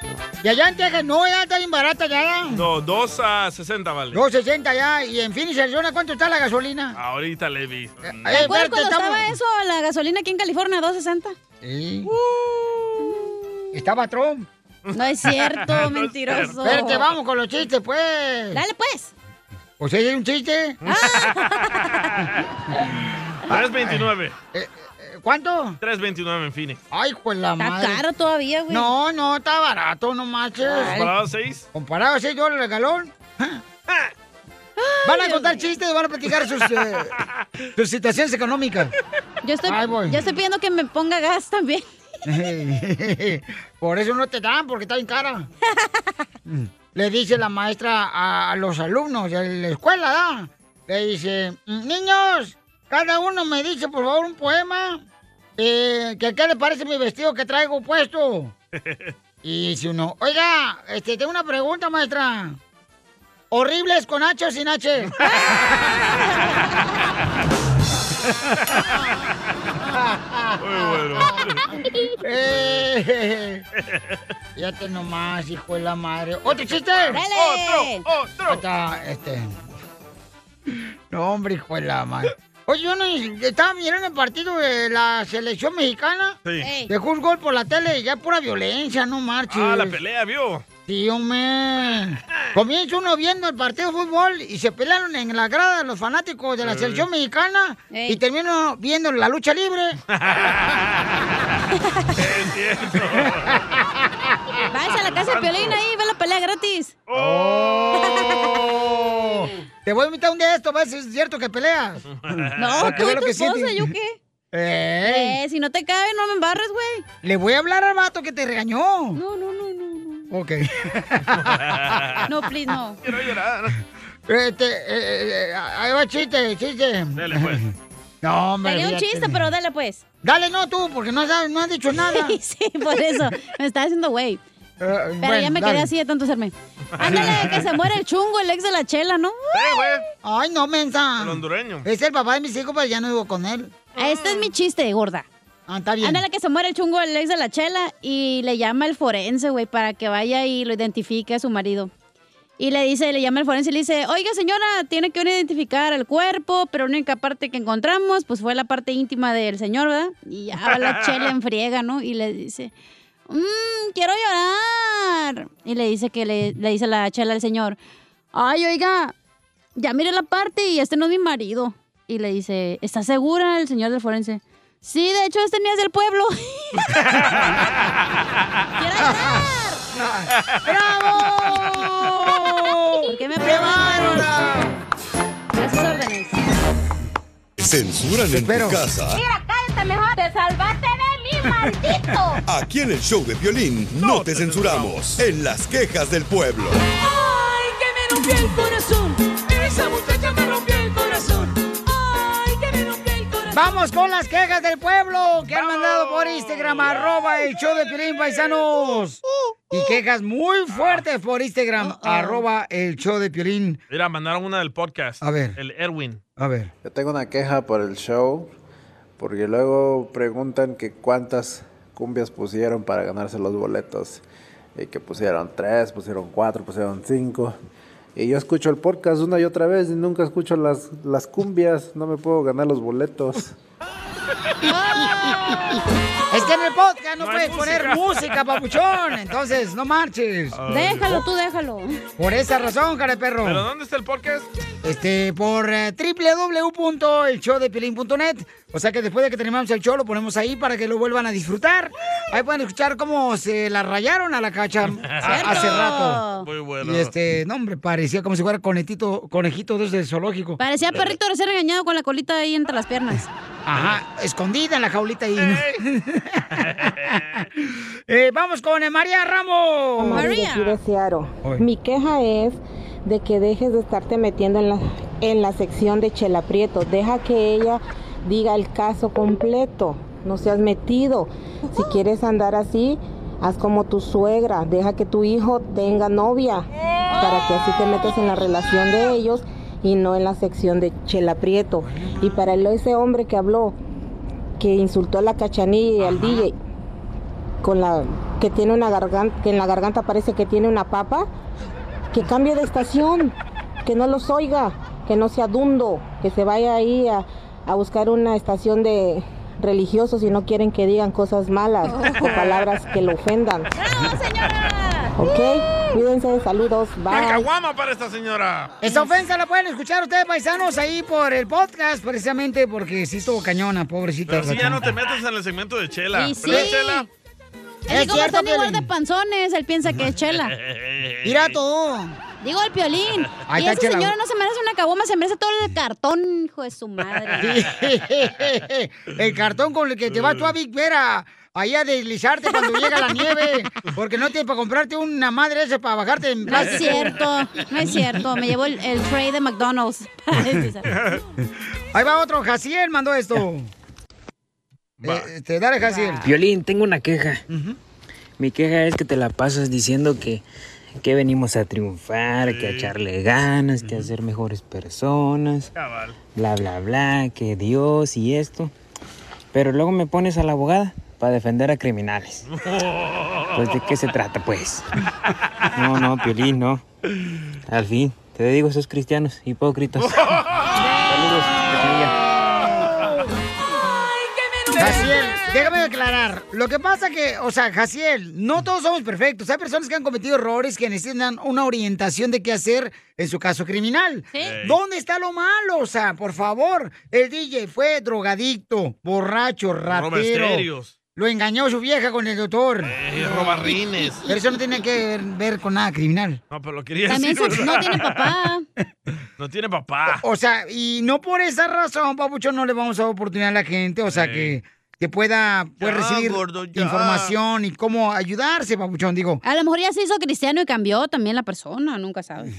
Y allá en Texas, no, ya está bien barata ya. No, 2 a 60 vale. 2.60 ya. Y en Phoenix, Arizona, ¿cuánto está la gasolina? Ahorita le vi. Eh, ¿Te pues, acuerdas cuando estaba eso, la gasolina aquí en California, 260? Estaba Trump. No es cierto, No es mentiroso. cierto. Espérate, vamos con los chistes, pues. Dale, pues. O sea, hay un chiste. 329. eh, ¿Cuánto? 329 en Phoenix. Ay, pues la Está madre. caro todavía, güey. No, no, está barato, no manches. ¿Comparado a 6? Comparado a 6 dólares el galón. Van a contar chistes, van a platicar sus, eh, sus situaciones económicas. Yo estoy, Ahí voy. yo estoy pidiendo que me ponga gas también. Por eso no te dan, porque está bien cara. Le dice la maestra a, a los alumnos de la escuela, ¿da? Le dice, niños, cada uno me dice, por favor, un poema. eh, que qué le parece mi vestido que traigo puesto. Y si uno, oiga, este, tengo una pregunta, maestra. ¿Horribles con H o sin H? Eh, Fíjate nomás, hijo de la madre. ¡Otro chiste! Dale. ¡Otro! ¡Otro! este. No, hombre, hijo de la madre. Oye, yo no estaba mirando el partido de la selección mexicana. Sí. Ey. Dejó un gol por la tele y ya pura violencia, no marches. Ah, la pelea, vio. Sí, hombre. Comienza uno viendo el partido de fútbol y se pelearon en la grada los fanáticos de la Ey. selección mexicana y termino viendo la lucha libre. es cierto. Vas a la casa de Piolín ahí, ve la pelea gratis. Oh. Te voy a invitar un día a esto, ¿ves? Es cierto que peleas. No, tú Ve y tu esposa, siente. ¿yo qué? Ey. Eh, si no te cabe, no me embarres, güey. Le voy a hablar al vato que te regañó. No, no, no, no. Ok. No, please, no. Quiero llorar. Este, eh, eh, ahí va el chiste, el chiste. Dale, pues. No, hombre. Sería un fíjate. chiste, pero dale, pues. Dale, no, tú, porque no, has- no has dicho nada. sí, por eso. Me está haciendo güey. Pero Pero ya me quedé así de tanto serme. Ándale, que se muere el chungo, el ex de la chela, ¿no? Ay, no, mensa. Eh, El hondureño. Es el papá de mis hijos, pero ya no vivo con él. Este es mi chiste, gorda. Ah, está bien. Ándale, que se muere el chungo, el ex de la chela, y le llama el forense, güey, para que vaya y lo identifique a su marido. Y le dice, le llama el forense y le dice, oiga señora, tiene que venir a identificar el cuerpo, pero la única parte que encontramos, pues fue la parte íntima del señor, ¿verdad? Y ya va la chela en friega, ¿no? Y le dice, mmm, quiero llorar. Y le dice que le, le dice la chela al señor, ay, oiga, ya mire la parte y este no es mi marido. Y le dice, ¿está segura el señor del forense? Sí, de hecho, este ni es del pueblo. ¡Bravo! ¿Por qué me ¡Qué bárbara! Gracias, órdenes. ¿Censuran en tu casa? cállate mejor. Te salvaste de mí, maldito! Aquí en el show de violín no te censuramos. En las quejas del pueblo. ¡Ay, que me rompió el corazón! Esa muchacha me rompió el corazón. ¡Ay, que me rompió el corazón! Vamos con las quejas del pueblo que han mandado por Instagram, arroba el show de Piolín Paisanos. Y quejas muy fuertes por Instagram, arroba Ah, el show de Piolín. Mira, mandaron una del podcast. A ver. El Erwin. A ver. Yo tengo una queja por el show, porque luego preguntan que cuántas cumbias pusieron para ganarse los boletos. Y que pusieron tres, pusieron cuatro, pusieron cinco. Y yo escucho el podcast una y otra vez y nunca escucho las, las cumbias. No me puedo ganar los boletos. Es que en el podcast no, puedes poner música, papuchón. Entonces, no marches. Ah. Déjalo, tú déjalo. Por esa razón, cara de perro. ¿Pero dónde está el podcast? Este, por eh, www.elshowdepilín.net. O sea que después de que terminamos el show, lo ponemos ahí para que lo vuelvan a disfrutar. Ahí pueden escuchar cómo se la rayaron a la cacha a- hace rato. Muy bueno. Y este, no, hombre, parecía como si fuera conejito, conejito desde el zoológico. Eh, Parecía perrito recién regañado con la colita ahí entre las piernas. Ajá, escondida en la jaulita ahí. Eh, vamos con eh, María Ramos. María. de Searo. Mi queja es de que dejes de estarte metiendo en la, en la sección de Chela Prieto. Deja que ella diga el caso completo. No seas metido. Si quieres andar así, haz como tu suegra. Deja que tu hijo tenga novia para que así te metas en la relación de ellos y no en la sección de Chela Prieto. Y para el- ese hombre que habló, que insultó a la cachanilla y al DJ, con la que tiene una garganta, que en la garganta parece que tiene una papa, que cambie de estación, que no los oiga, que no sea dundo, que se vaya ahí a, a buscar una estación de religiosos si no quieren que digan cosas malas o palabras que lo ofendan. Ok, cuídense, saludos, ¡Una bye. caguama para esta señora! Esa ofensa la pueden escuchar ustedes, paisanos, ahí por el podcast, precisamente porque sí estuvo cañona, pobrecita. Pero si ya Racha. no te metes en el segmento de Chela. Y sí. ¿Verdad, Chela? Es Es que como cierto, están igual de Piolín. panzones, él piensa que es chela. tú. Digo el piolín. Ahí y está esa Chela. señora no se merece una caboma, se merece todo el cartón, hijo de su madre. el cartón con el que te vas tú a Big Vera. Ahí a deslizarte cuando llega la nieve. Porque no tienes para comprarte una madre esa para bajarte en No es cierto, no es cierto. Me llevo el, el tray de McDonald's. Ahí va otro. Jaciel mandó esto. Eh, este, dale, Jaciel. Violín, tengo una queja. Mi queja es que te la pasas diciendo que, que venimos a triunfar, que a echarle ganas, que a ser mejores personas, bla, bla, bla, que Dios y esto. Pero luego me pones a la abogada para defender a criminales. Pues de qué se trata, pues. No, no, Piolín, no. Pues, Al fin, te digo esos cristianos hipócritas. Saludos, cachanilla. Jaciel, déjame aclarar. Lo que pasa que, o sea, Jaciel, no todos somos perfectos. Hay personas que han cometido errores que necesitan una orientación de qué hacer en su caso criminal. ¿Dónde está lo malo? O sea, por favor. El DJ fue drogadicto, borracho, ratero. estéreos. Lo engañó su vieja con el doctor. Eh, robarrines. Pero eso no tiene que ver, ver con nada criminal. No, pero lo quería También decir. se- ¿verdad? no tiene papá. No tiene papá. O sea, y no por esa razón, papucho, no le vamos a dar oportunidad a la gente, o sea, que, que pueda pues, Ya, recibir gordo, ya. información y cómo ayudarse, papuchón. Digo, A lo mejor ya se hizo cristiano y cambió también la persona, nunca sabes.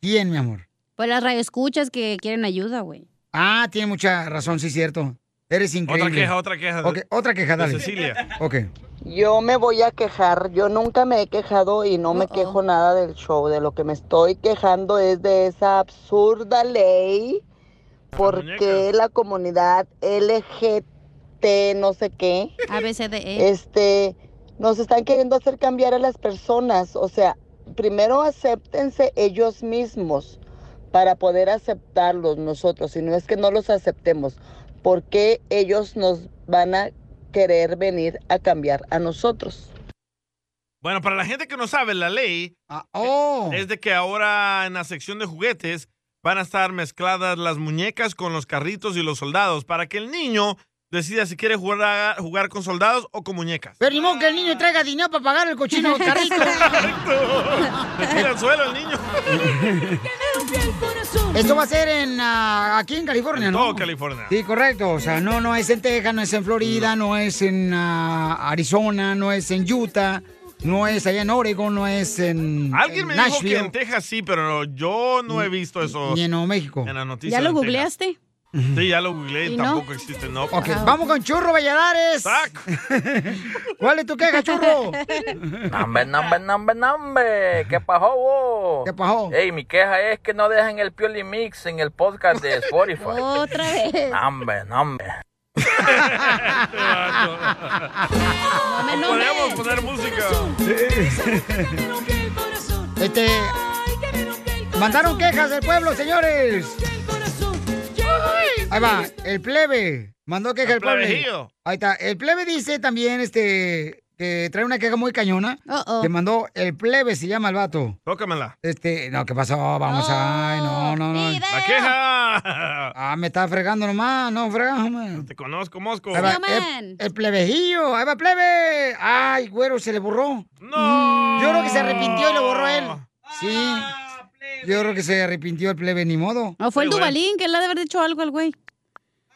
¿quién, mi amor? Pues las radioescuchas que quieren ayuda, güey. Ah, tiene mucha razón, sí, cierto. Eres increíble. queja, otra queja de- Ok, otra queja, de dale. Cecilia. Ok. Yo me voy a quejar, yo nunca me he quejado y no me quejo nada del show, de lo que me estoy quejando es de esa absurda ley porque la comunidad LGT no sé qué, ABCDE. este, nos están queriendo hacer cambiar a las personas, o sea, primero acéptense ellos mismos para poder aceptarlos nosotros, si no es que no los aceptemos, ¿por qué ellos nos van a querer venir a cambiar a nosotros? Bueno, para la gente que no sabe, la ley Ah, oh. es de que ahora en la sección de juguetes van a estar mezcladas las muñecas con los carritos y los soldados para que el niño decida si quiere jugar, a- jugar con soldados o con muñecas. Pero ni modo que el niño traiga dinero para pagar el cochino carrito. Se tira al suelo el niño. Esto va a ser en ah, aquí en California, ¿no? Todo California. Sí, correcto. O sea, no, no es en Texas, no es en Florida, no, es en ah, Arizona, no es en Utah, no es allá en Oregon, no es en Alguien en me dijo Nashville. que en Texas sí, pero yo no he visto eso. ni en Nuevo México. En la noticia. ¿Ya lo de Texas. googleaste? Ah, Sí, ya lo googleé ¿Y y no? tampoco existe, no. Ok, vamos con Churro Valladares. ¿Cuál es tu queja, Churro? Nombre, nombre, nombre, nombre. ¿Qué pasó, vos? ¿Qué pasó? Ey, mi queja es que no dejan el Pioli Mix en el podcast de Spotify. Otra vez. Nombre, nombre. Podemos poner música. Este. Mandaron quejas del pueblo, señores. Ahí va, el plebe. Mandó queja El el, pueblo. plebejillo. Ahí está. El plebe dice también, este, que trae una queja muy cañona. Que mandó el plebe, se llama el vato. Tócamela. Este, no, ¿qué pasó? Vamos, Oh, ay, no, no, no. ¡La queja! Ah, me está fregando nomás, no fregamos. Te conozco, Mosco. Ahí va, eh. el, el plebejillo, ahí va plebe. Ay, güero, se le borró. No. Yo creo que se arrepintió y lo borró él. Ah, Sí. Yo creo que se arrepintió el plebe, ni modo. ¿O fue el Dubalín que le ha de haber dicho algo al güey?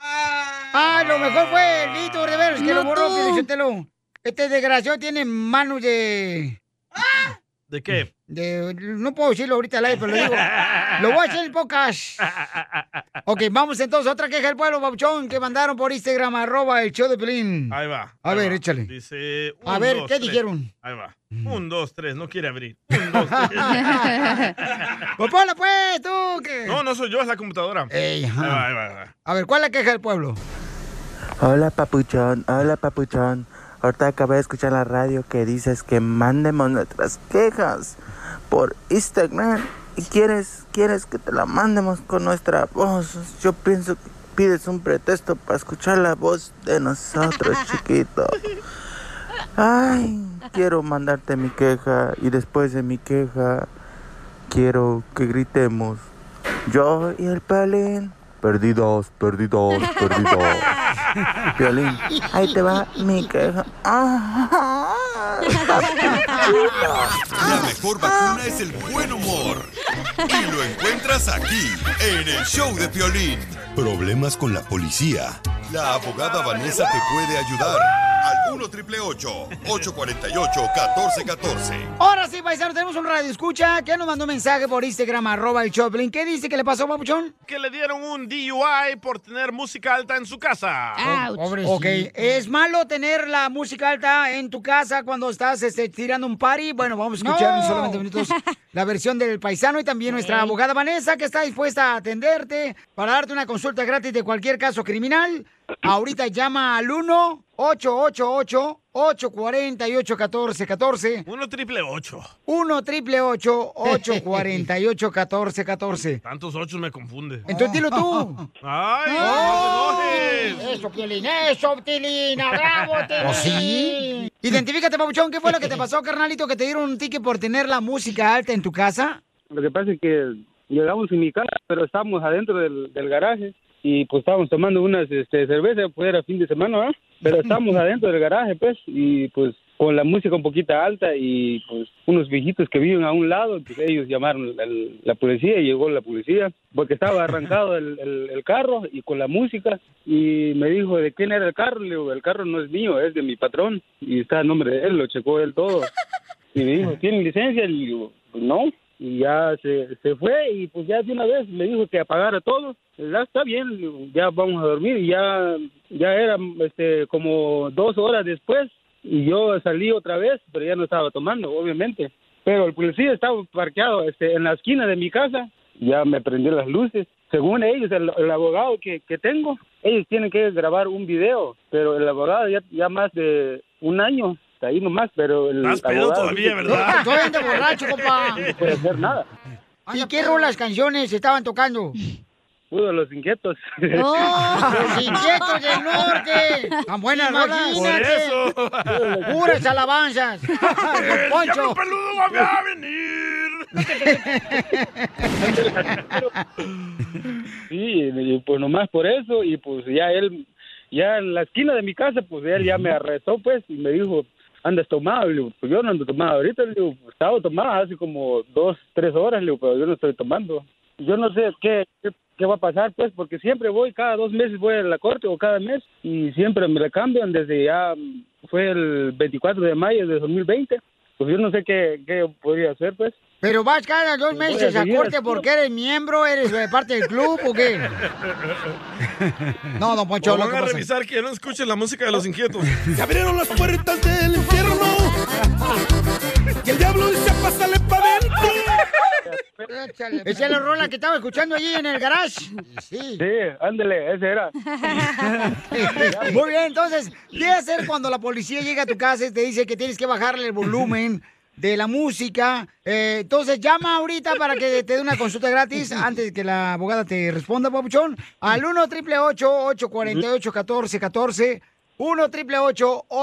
Ah, lo mejor fue el Víctor de Veros, que No lo borró, tú. Pielichotelo. Este desgraciado tiene manos de, ¿De qué? de- No puedo decirlo ahorita al aire, pero lo digo. Lo voy a hacer en pocas. Ok, vamos entonces. Otra queja del pueblo, Babuchón, que mandaron por Instagram, arroba el show de Pelín. Ahí va. A ahí ver, va. échale. Dice. A un, ver, dos, ¿qué tres. dijeron? Ahí va. Un, dos, tres. No quiere abrir. Un, dos, tres. Pues ponla, pues, tú. Que... no, no soy yo, es la computadora. ajá. Ahí va, ahí va, ahí va. A ver, ¿cuál es la queja del pueblo? Hola papuchón, hola papuchón. Ahorita acabé de escuchar la radio que dices que mandemos nuestras quejas por Instagram y quieres, quieres que te la mandemos con nuestra voz. Yo pienso que pides un pretexto para escuchar la voz de nosotros, chiquito. Ay, quiero mandarte mi queja y después de mi queja quiero que gritemos. Yo y el palín. Perdidos, perdidos, perdidos. Violín, ahí te va mi queja. Ah. La mejor vacuna es el buen humor. Y lo encuentras aquí, en el show de Piolín. Problemas con la policía. La abogada Vanessa te puede ayudar. Al 1 triple 848 1414. Ahora sí, paisano, tenemos un radio. Escucha, que nos mandó un mensaje por Instagram, arroba el show de Pelín. ¿Qué dice que le pasó, Babuchón? Que le dieron un DUI por tener música alta en su casa. Pues Pobrecito. Ok, ¿es malo tener la música alta en tu casa cuando estás este, tirando un party? Bueno, vamos a escuchar en No. solamente minutos la versión del paisano y también nuestra abogada Vanessa, que está dispuesta a atenderte para darte una consulta gratis de cualquier caso criminal. Ahorita llama al 1-888-848-1414. 1 triple 8. 1 888 848 1414 Tantos ocho me confunde. Ah. Entonces dilo tú. ¡Ay, ¡Oh! no te enojes! Eso, Piolín, eso, Tilina, bravo, Tilina. ¿Oh, sí? Identifícate, papuchón, ¿qué fue lo que te pasó, carnalito, que te dieron un ticket por tener la música alta en tu casa? Lo que pasa es que llegamos en mi casa, pero estábamos adentro del, del garaje y pues estábamos tomando unas este, cervezas, pues era fin de semana, ¿verdad? Pero estábamos adentro del garaje, pues, y pues con la música un poquito alta y pues unos viejitos que viven a un lado, pues ellos llamaron al- la policía y llegó la policía porque estaba arrancado el, el- el carro y con la música y me dijo de quién era el carro, le digo, el carro no es mío, es de mi patrón y está a nombre de él, lo checó él todo. Y me dijo, ¿tienen licencia? Y le digo, pues no. Y ya se, se fue y pues ya de una vez me dijo que apagara todo. Ya está bien, le digo, ya vamos a dormir. Y ya, ya era este, como dos horas después y yo salí otra vez, pero ya no estaba tomando, obviamente. Pero el policía estaba parqueado este, en la esquina de mi casa. Ya me prendió las luces. Según ellos, el, el abogado que, que tengo, ellos tienen que grabar un video, pero el abogado ya, ya más de un año, está ahí nomás, pero el Estás pedo abogado todavía, dice que- ¿verdad? Yo ando borracho, compa. no puede hacer nada. ¿Y qué rolas canciones estaban tocando? Pudo los inquietos. ¡Oh! ¡Los inquietos del norte! ¡Tan buenas rolas! Por eso. ¡Puras alabanzas! El ¡Poncho! diablo va a Sí, y pues nomás por eso y pues ya él, ya en la esquina de mi casa, pues él ya me arrestó pues y me dijo, andas tomado, le digo, pues yo no ando tomado ahorita, le digo, estaba tomado hace como dos, tres horas, le digo, pero yo no estoy tomando. yo no sé qué, qué, qué va a pasar, pues, porque siempre voy, cada dos meses voy a la corte o cada mes y siempre me la cambian desde ya, mm, fue el 24 de mayo de 2020. Pues yo no sé qué, qué podría hacer, pues. Pero vas cada dos Voy a meses a seguir corte así. porque eres miembro, eres de parte del club o qué. No, don Poncho, O lo van que a pasa- revisar que no escuchen la música de los inquietos. Se abrieron las puertas del infierno y el diablo dice pásale pa' dentro. Esa es la rola que estaba escuchando allí en el garage. Sí. Sí, ándele, ese era. Muy bien, entonces, ¿qué hacer cuando la policía llega a tu casa y te dice que tienes que bajarle el volumen de la música? Eh, entonces, llama ahorita para que te dé una consulta gratis antes de que la abogada te responda, papuchón, al 1 triple 848 1414 1 triple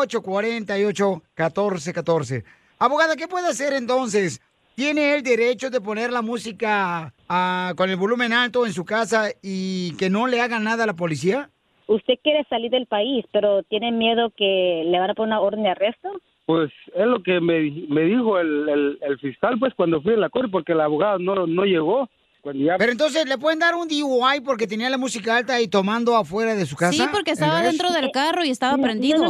848 1414 Abogada, ¿qué puede hacer entonces? ¿Tiene el derecho de poner la música ah, con el volumen alto en su casa y que no le hagan nada a la policía? Usted quiere salir del país, pero tiene miedo que le van a poner una orden de arresto. Pues es lo que me, me dijo el, el, el fiscal, pues, cuando fui a la corte, porque el abogado no, no llegó. Cuando ya... Pero entonces, ¿le pueden dar un DUI porque tenía la música alta y tomando afuera de su casa? Sí, porque estaba ¿En gas? dentro del carro y estaba prendido.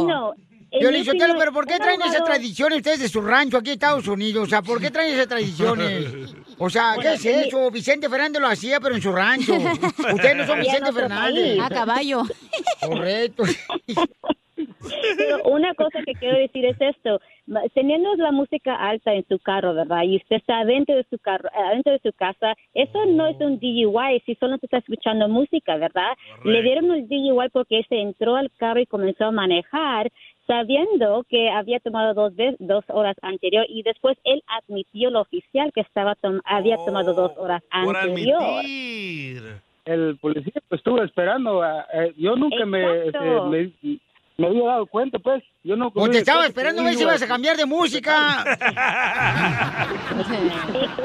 En Yo mi le digo, "Telo, opinión, pero ¿por qué un traen esas abogado- tradiciones ustedes de su rancho aquí en Estados Unidos? O sea, ¿por qué traen esas tradiciones? O sea, Bueno, ¿qué es en mi- eso? Vicente Fernández lo hacía, pero en su rancho. Ustedes no son Y en Vicente otro Fernández. país. A caballo. Correcto. Pero una cosa que quiero decir es esto, ma- teniendo la música alta en su carro, ¿verdad? Y usted está adentro de su carro, eh, adentro de su casa, eso no es un DUI, si solo te está escuchando música, ¿verdad? Le dieron el DUI porque se entró al carro y comenzó a manejar sabiendo que había tomado dos ve- dos horas anterior y después él admitió el oficial que estaba tom- había tomado dos horas por anterior. El policía pues, estuvo esperando. a- eh, yo nunca me, Exacto. este, me, me había dado cuenta, pues. Yo no. O te estaba esperando a ver si ibas a cambiar de música.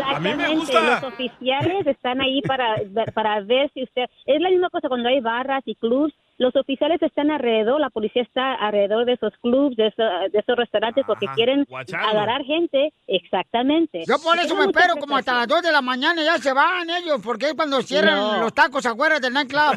A mí me gusta. Los oficiales están ahí para, para ver si usted... Es la misma cosa cuando hay barras y clubs. Los oficiales están alrededor, la policía está alrededor de esos clubs, de, esos- de esos restaurantes, porque quieren guachando. agarrar gente. Exactamente. Yo por eso Tengan me mucha espero como hasta las 2 de la mañana ya se van ellos, porque es cuando cierran No. los tacos afuera del nightclub.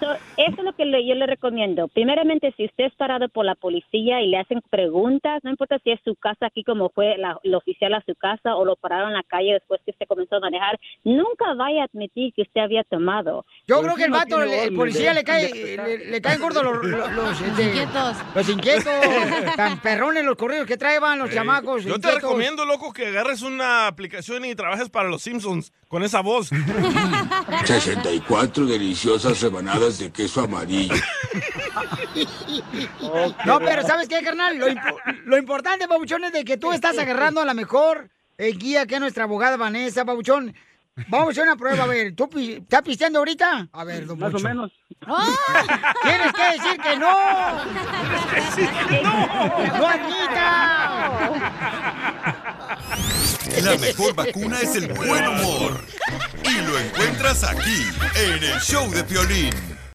So, eso es lo que le- yo le recomiendo. Primeramente, si usted es parado por la policía y le hacen preguntas, no importa si es su casa aquí como fue la, el oficial a su casa o lo pararon en la calle después que usted comenzó a manejar, nunca vaya a admitir que usted había tomado. Yo creo que el vato, el, el policía le cae, le, le caen gordos los, los, los, este, inquietos. Los inquietos, tan perrones los correos que traen los Ey, chamacos. Yo te inquietos. recomiendo, loco, que agarres una aplicación y trabajes para los Simpsons con esa voz. 64 deliciosas rebanadas de queso amarillo. No, pero ¿sabes qué, carnal? Lo, impo- lo importante, Pabuchón, es de que tú estás agarrando a la mejor eh, guía que es nuestra abogada Vanessa, Pabuchón. Vamos a hacer una prueba, a ver. ¿Tú pi- estás pisteando ahorita? A ver, don Más o Poncho. menos. ¡Ah! ¡Tienes que decir que no! no. ¡No, então! Anita! La mejor vacuna es el buen humor. Y lo encuentras aquí, en el show de Piolín.